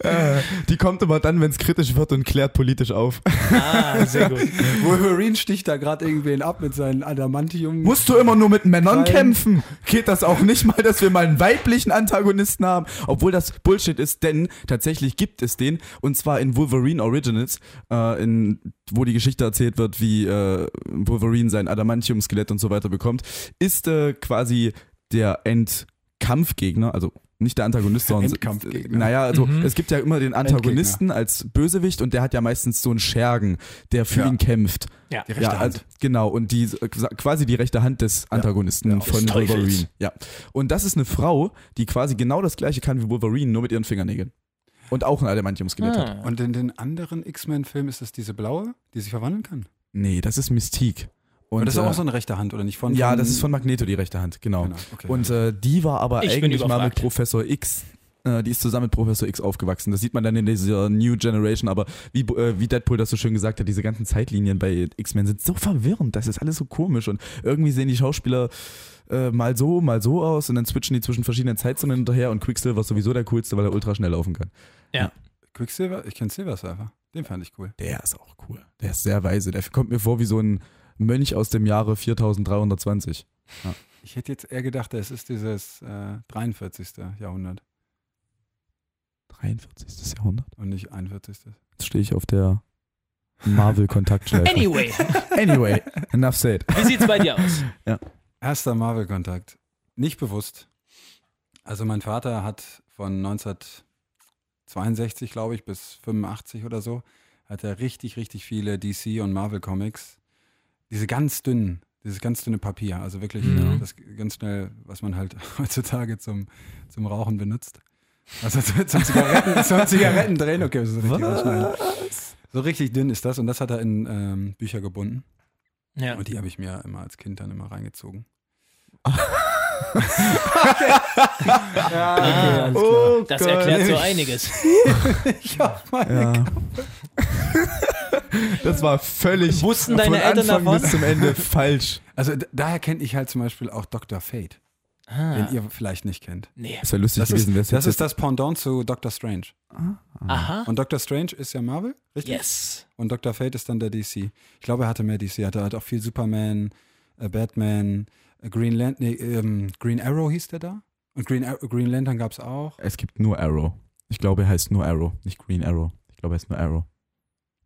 [SPEAKER 4] Äh, die kommt immer dann, wenn es kritisch wird und klärt politisch auf.
[SPEAKER 2] Ah, sehr gut.
[SPEAKER 3] Wolverine sticht da gerade irgendwen ab mit seinen Adamantium.
[SPEAKER 4] Musst du immer nur mit Männern
[SPEAKER 3] Nein.
[SPEAKER 4] kämpfen? Geht das auch nicht mal, dass wir mal einen weiblichen Antagonisten haben? Obwohl das Bullshit ist, denn tatsächlich gibt es den. Und zwar in Wolverine Originals, äh, in, wo die Geschichte erzählt wird, wie äh, Wolverine sein Adamantium-Skelett und so weiter bekommt. Ist äh, quasi der Endkampfgegner, also nicht der Antagonist, sondern
[SPEAKER 3] Endkampfgegner.
[SPEAKER 4] Naja, also
[SPEAKER 2] Mhm.
[SPEAKER 4] es gibt ja immer den Antagonisten als Bösewicht und der hat ja meistens so einen Schergen, der für
[SPEAKER 3] Ja.
[SPEAKER 4] ihn kämpft.
[SPEAKER 2] Ja.
[SPEAKER 3] Die
[SPEAKER 4] Ja,
[SPEAKER 3] rechte
[SPEAKER 4] also,
[SPEAKER 3] Hand.
[SPEAKER 4] genau, und die äh, quasi die rechte Hand des Antagonisten
[SPEAKER 3] Ja,
[SPEAKER 4] von
[SPEAKER 2] des Teufels.
[SPEAKER 4] Wolverine. Ja. Und das ist eine Frau, die quasi genau das gleiche kann wie Wolverine, nur mit ihren Fingernägeln. Und auch ein Adamantium-Skelett hat.
[SPEAKER 2] Ah.
[SPEAKER 3] Und in den anderen X-Men-Filmen ist es diese blaue, die sich verwandeln kann.
[SPEAKER 4] Nee, das ist Mystique. Und,
[SPEAKER 3] Und das ist
[SPEAKER 4] äh,
[SPEAKER 3] auch so eine rechte Hand, oder nicht? Von,
[SPEAKER 4] Ja, das ist von Magneto die rechte Hand, genau.
[SPEAKER 3] Genau, okay.
[SPEAKER 4] Und äh, die war aber
[SPEAKER 2] Ich bin
[SPEAKER 4] eigentlich mal mit
[SPEAKER 2] überfragt.
[SPEAKER 4] Professor X. äh, Die ist zusammen mit Professor X aufgewachsen. Das sieht man dann in dieser New Generation. Aber wie, Bo- äh, wie Deadpool das so schön gesagt hat, diese ganzen Zeitlinien bei X-Men sind so verwirrend. Das ist alles so komisch. Und irgendwie sehen die Schauspieler äh, mal so, mal so aus. Und dann switchen die zwischen verschiedenen Zeitzonen hinterher. Und Quicksilver ist sowieso der coolste, weil er ultra schnell laufen kann.
[SPEAKER 3] Quicksilver, ich kenne Silver Surfer. Den fand ich cool.
[SPEAKER 4] Der ist auch cool. Der ist sehr weise. Der kommt mir vor wie so ein Mönch aus dem Jahre 4320.
[SPEAKER 3] Ich hätte jetzt eher gedacht, es ist dieses äh, 43. Jahrhundert
[SPEAKER 4] 43. Jahrhundert.
[SPEAKER 3] und nicht 41.
[SPEAKER 4] Jetzt stehe ich auf der Marvel-Kontaktschleife.
[SPEAKER 2] Anyway,
[SPEAKER 4] Anyway, enough said.
[SPEAKER 2] Ah. wie sieht's bei dir aus?
[SPEAKER 3] Erster Marvel-Kontakt. Nicht bewusst. Also mein Vater hat von 1962, glaube ich, bis 85 oder so, hat er richtig, richtig viele DC und Marvel-Comics. Diese ganz dünnen, dieses ganz dünne Papier, also wirklich
[SPEAKER 2] Mhm.
[SPEAKER 3] das ganz schnell, was man halt heutzutage zum, zum Rauchen benutzt. Also zu- zum Zigaretten, zum Zigaretten drehen, okay, das ist richtig ausschneiden. So richtig dünn ist das und das hat er in ähm, Bücher gebunden.
[SPEAKER 2] Ja.
[SPEAKER 3] Und die habe ich mir immer als Kind dann immer reingezogen.
[SPEAKER 2] Ah,
[SPEAKER 4] Oh,
[SPEAKER 2] das erklärt so einiges.
[SPEAKER 4] ja. Das war völlig
[SPEAKER 2] Wussten deine
[SPEAKER 4] von
[SPEAKER 2] Eltern
[SPEAKER 4] Anfang
[SPEAKER 2] davon?
[SPEAKER 4] bis zum Ende falsch.
[SPEAKER 3] Also d- daher kenne ich halt zum Beispiel auch Dr. Fate,
[SPEAKER 2] Ah,
[SPEAKER 3] den ihr vielleicht nicht kennt.
[SPEAKER 2] nee.
[SPEAKER 4] Das wäre lustig
[SPEAKER 3] Das
[SPEAKER 4] gewesen, wäre
[SPEAKER 3] ist, das ist das Pendant zu Dr. Strange.
[SPEAKER 4] Ah.
[SPEAKER 2] Aha.
[SPEAKER 3] Und Dr. Strange ist ja Marvel, richtig?
[SPEAKER 2] Yes.
[SPEAKER 3] Und Dr. Fate ist dann der DC. Ich glaube, er hatte mehr DC. Er hatte halt auch viel Superman, äh, Batman, äh, Green, Lan nee, ähm, Green Arrow hieß der da. Und Green, Ar Green Lantern gab es auch.
[SPEAKER 4] Es gibt nur Arrow. Ich glaube, er heißt nur Arrow, nicht Green Arrow. Ich glaube, er heißt nur Arrow.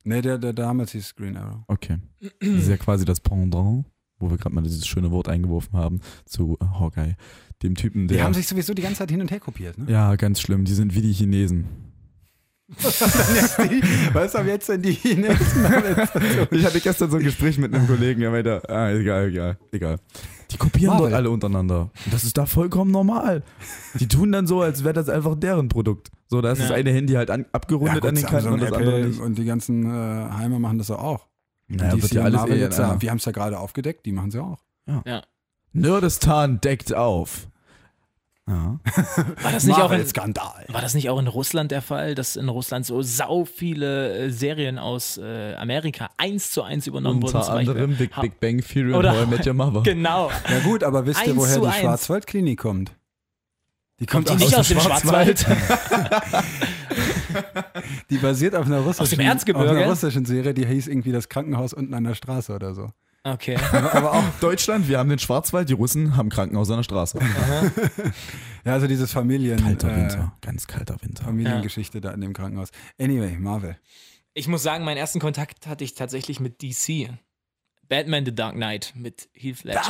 [SPEAKER 3] Nee, der, der damals hieß Green Arrow.
[SPEAKER 4] Okay. Das ist ja quasi das Pendant, wo wir gerade mal dieses schöne Wort eingeworfen haben, zu äh, Hawkeye. Dem Typen,
[SPEAKER 3] Die
[SPEAKER 4] der.
[SPEAKER 3] haben sich sowieso die ganze Zeit hin und her kopiert, ne?
[SPEAKER 4] ja, ganz schlimm. Die sind wie die Chinesen.
[SPEAKER 3] Was haben jetzt denn die Chinesen damit?
[SPEAKER 4] Ich hatte gestern so ein Gespräch mit einem Kollegen, der meinte, ah, egal, egal, egal. Die kopieren
[SPEAKER 3] Marvel.
[SPEAKER 4] dort alle untereinander. Und Das ist da vollkommen normal. Die tun dann so, als wäre das einfach deren Produkt. So, da ist das
[SPEAKER 2] Ja.
[SPEAKER 4] eine Handy halt an,
[SPEAKER 3] Ja,
[SPEAKER 4] abgerundet
[SPEAKER 3] gut,
[SPEAKER 4] an den Kanten
[SPEAKER 3] Samsung,
[SPEAKER 4] und das
[SPEAKER 3] Apple
[SPEAKER 4] andere nicht.
[SPEAKER 3] und die ganzen äh, Heimer machen das doch auch.
[SPEAKER 4] Naja,
[SPEAKER 3] Die
[SPEAKER 4] wird
[SPEAKER 3] sind
[SPEAKER 4] ja alles
[SPEAKER 3] Marvel
[SPEAKER 4] eh
[SPEAKER 3] jetzt
[SPEAKER 4] in
[SPEAKER 3] da.
[SPEAKER 4] einer-
[SPEAKER 3] Wir haben es ja gerade aufgedeckt, die machen sie auch.
[SPEAKER 2] Ja.
[SPEAKER 4] Nerdistan deckt auf. Ja.
[SPEAKER 2] War das nicht auch in,
[SPEAKER 3] Skandal.
[SPEAKER 2] war das nicht auch in Russland der Fall, dass in Russland so sau viele äh, Serien aus äh, Amerika eins zu eins übernommen wurden?
[SPEAKER 4] Unter
[SPEAKER 2] Zum Beispiel
[SPEAKER 4] anderem Big,
[SPEAKER 2] Ha-
[SPEAKER 4] Big Bang Theory und
[SPEAKER 2] Oder-
[SPEAKER 4] How I Met Your Mother.
[SPEAKER 2] Genau.
[SPEAKER 3] Ja gut, aber wisst ihr,
[SPEAKER 2] Eins
[SPEAKER 3] woher
[SPEAKER 2] zu
[SPEAKER 3] die
[SPEAKER 2] eins.
[SPEAKER 3] Schwarzwaldklinik kommt? Die
[SPEAKER 2] Kommt die nicht aus dem Schwarzwald?
[SPEAKER 3] Die basiert auf einer russischen,
[SPEAKER 2] Erzgebirge?
[SPEAKER 3] auf einer russischen Serie, die hieß irgendwie das Krankenhaus unten an der Straße oder so.
[SPEAKER 2] Okay.
[SPEAKER 4] Aber auch Deutschland, wir haben den Schwarzwald, die Russen haben Krankenhaus an der Straße.
[SPEAKER 3] Ja, also dieses Familien,
[SPEAKER 4] Kalter
[SPEAKER 3] äh,
[SPEAKER 4] Halt Winter, ganz kalter Winter.
[SPEAKER 3] Familiengeschichte da in dem Krankenhaus. Anyway, Marvel.
[SPEAKER 2] Ich muss sagen, meinen ersten Kontakt hatte ich tatsächlich mit DC. Batman The Dark Knight mit Heath Ledger.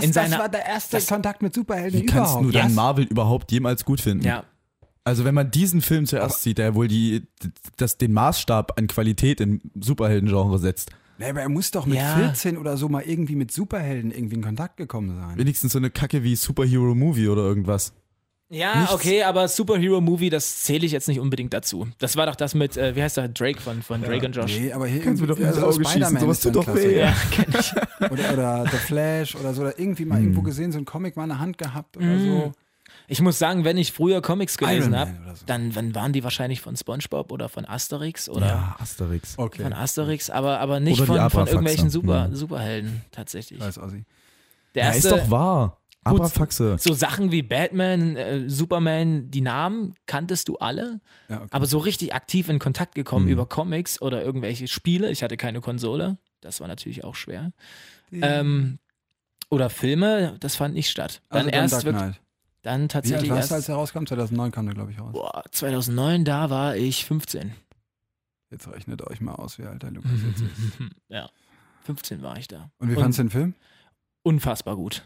[SPEAKER 2] In seiner,
[SPEAKER 3] der erste
[SPEAKER 2] das-
[SPEAKER 3] Kontakt mit Superhelden
[SPEAKER 4] Wie kannst du dann
[SPEAKER 2] yes.
[SPEAKER 4] Marvel überhaupt jemals gut finden?
[SPEAKER 2] ja,
[SPEAKER 4] Also wenn man diesen Film zuerst sieht, der wohl die, das, den Maßstab an Qualität im Superhelden-Genre setzt,
[SPEAKER 3] Nee, aber er muss doch mit
[SPEAKER 2] Ja.
[SPEAKER 3] 14 oder so mal irgendwie mit Superhelden irgendwie in Kontakt gekommen sein.
[SPEAKER 4] wenigstens so eine Kacke wie Superhero Movie oder irgendwas.
[SPEAKER 2] Ja, okay, aber Superhero Movie, das zähle ich jetzt nicht unbedingt dazu. Das war doch das mit, äh, wie heißt der, Drake von, von Drake und Josh.
[SPEAKER 3] Nee, aber hier
[SPEAKER 4] Kannst du
[SPEAKER 3] irgendwie-
[SPEAKER 4] doch ins Auge
[SPEAKER 3] Spider-Man
[SPEAKER 4] schießen, sowas
[SPEAKER 3] ist ein
[SPEAKER 4] tut doch weh.
[SPEAKER 3] Klassiker.
[SPEAKER 2] Ja, kenn ich.
[SPEAKER 3] Oder, oder The Flash oder so, oder irgendwie
[SPEAKER 4] Mhm.
[SPEAKER 3] mal irgendwo gesehen, so ein Comic mal in der Hand gehabt oder
[SPEAKER 2] Mhm.
[SPEAKER 3] so.
[SPEAKER 2] Ich muss sagen, wenn ich früher Comics gelesen
[SPEAKER 3] Man
[SPEAKER 2] habe,
[SPEAKER 3] oder so.
[SPEAKER 2] dann, dann waren die wahrscheinlich von SpongeBob oder von Asterix oder
[SPEAKER 4] Asterix.
[SPEAKER 3] Okay.
[SPEAKER 2] von Asterix, aber, aber nicht
[SPEAKER 4] Oder die
[SPEAKER 2] von, von
[SPEAKER 4] Abrafaxe.
[SPEAKER 2] irgendwelchen Super,
[SPEAKER 4] Mhm.
[SPEAKER 2] Superhelden tatsächlich.
[SPEAKER 3] Weiß Ossi.
[SPEAKER 2] Der
[SPEAKER 4] Ja, ist doch wahr.
[SPEAKER 2] Gut.
[SPEAKER 4] Aber Faxe.
[SPEAKER 2] so Sachen wie Batman, äh, Superman, die Namen kanntest du alle,
[SPEAKER 3] Ja, okay.
[SPEAKER 2] aber so richtig aktiv in Kontakt gekommen
[SPEAKER 4] Mhm.
[SPEAKER 2] über Comics oder irgendwelche Spiele. Ich hatte keine Konsole, das war natürlich auch schwer. Ähm, oder Filme, das fand nicht statt. Dann
[SPEAKER 3] Also
[SPEAKER 2] erst
[SPEAKER 3] Dark
[SPEAKER 2] wirklich,
[SPEAKER 3] Knight.
[SPEAKER 2] dann
[SPEAKER 3] Wie alt
[SPEAKER 2] tatsächlich
[SPEAKER 3] warst du, als
[SPEAKER 2] erst.
[SPEAKER 3] er rauskam? 2009 kam der, glaube ich, raus.
[SPEAKER 2] Boah, 2009, da war ich 15.
[SPEAKER 3] Jetzt rechnet euch mal aus, wie alt der Lukas jetzt
[SPEAKER 2] Mhm.
[SPEAKER 3] ist.
[SPEAKER 2] ja, 15 war ich da.
[SPEAKER 3] Und wie fandst du den Film?
[SPEAKER 2] unfassbar gut.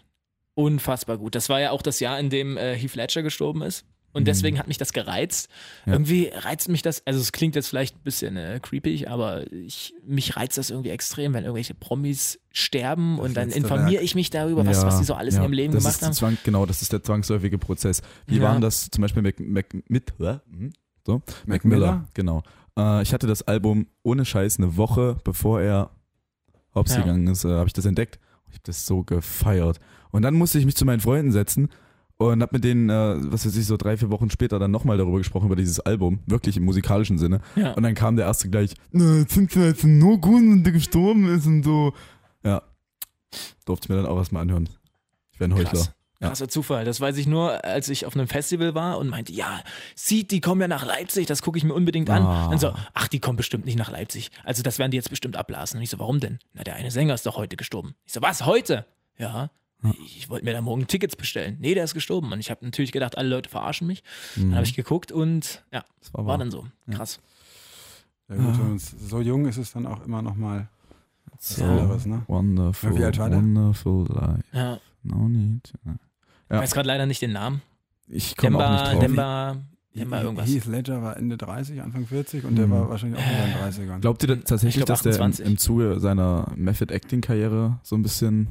[SPEAKER 2] Unfassbar gut. Das war ja auch das Jahr, in dem äh, Heath Ledger gestorben ist. Und deswegen hat mich das gereizt.
[SPEAKER 4] Ja.
[SPEAKER 2] Irgendwie reizt mich das, also es klingt jetzt vielleicht ein bisschen äh, creepy, aber ich, mich reizt das irgendwie extrem, wenn irgendwelche Promis sterben und dann
[SPEAKER 3] letzte
[SPEAKER 2] informiere
[SPEAKER 3] Werk.
[SPEAKER 2] ich mich darüber, was, was die so alles in ihrem Leben
[SPEAKER 4] das
[SPEAKER 2] gemacht
[SPEAKER 4] ist die
[SPEAKER 2] haben.
[SPEAKER 4] Zwang, genau, das ist der zwangsläufige Prozess. Wie
[SPEAKER 2] Ja.
[SPEAKER 4] waren das zum Beispiel Mac, Mac, mit, hä? Hm? so?
[SPEAKER 3] Mac
[SPEAKER 4] Mac
[SPEAKER 3] Miller?
[SPEAKER 4] Miller? Genau. Äh, ich hatte das Album ohne Scheiß eine Woche, bevor er hops
[SPEAKER 2] Ja.
[SPEAKER 4] gegangen ist, äh, habe ich das entdeckt. Ich habe das so gefeiert. Und dann musste ich mich zu meinen Freunden setzen und habe mit denen, äh, was weiß ich, so drei, vier Wochen später dann nochmal darüber gesprochen, über dieses Album, wirklich im musikalischen Sinne.
[SPEAKER 2] Ja.
[SPEAKER 4] Und dann kam der erste gleich, "Na, jetzt Äh, sind sie jetzt nur gut und der gestorben ist und so. Ja. Durfte ich mir dann auch erstmal anhören. Ich werde ein Heuchler.
[SPEAKER 2] Krass.
[SPEAKER 4] Ja.
[SPEAKER 2] Krasser Zufall. Das weiß ich nur, als ich auf einem Festival war und meinte, ja, sieht, die kommen ja nach Leipzig, das gucke ich mir unbedingt an.
[SPEAKER 4] Ah.
[SPEAKER 2] Dann so, ach, die kommen bestimmt nicht nach Leipzig. Also das werden die jetzt bestimmt abblasen. Und ich so, warum denn? Na, der eine Sänger ist doch heute gestorben. Ich so, was, heute? Ja. Ich wollte mir da morgen Tickets bestellen. Nee, der ist gestorben. Und ich habe natürlich gedacht, alle Leute verarschen mich. Dann habe ich geguckt und ja,
[SPEAKER 4] Mhm. Das war,
[SPEAKER 2] war
[SPEAKER 4] wahr.
[SPEAKER 2] dann so. Krass.
[SPEAKER 4] Ah.
[SPEAKER 3] Ja, gut, und so jung ist es dann auch immer noch mal was
[SPEAKER 4] so
[SPEAKER 3] anderes, ne?
[SPEAKER 4] wonderful,
[SPEAKER 3] Wie alt war der?
[SPEAKER 4] wonderful life.
[SPEAKER 2] Ja.
[SPEAKER 4] No need.
[SPEAKER 2] Ich
[SPEAKER 4] Ja.
[SPEAKER 2] weiß gerade leider nicht den Namen.
[SPEAKER 4] Ich komme auch
[SPEAKER 2] Demba,
[SPEAKER 4] nicht drauf.
[SPEAKER 2] Demba, Demba irgendwas.
[SPEAKER 3] Heath Ledger war Ende 30, Anfang 40 und der
[SPEAKER 4] Mhm.
[SPEAKER 3] war wahrscheinlich auch in seinen 30ern.
[SPEAKER 4] Glaubt ihr denn tatsächlich,
[SPEAKER 2] Ich glaub,
[SPEAKER 4] dass der im,
[SPEAKER 2] 28.
[SPEAKER 4] im Zuge seiner Method-Acting-Karriere so ein bisschen...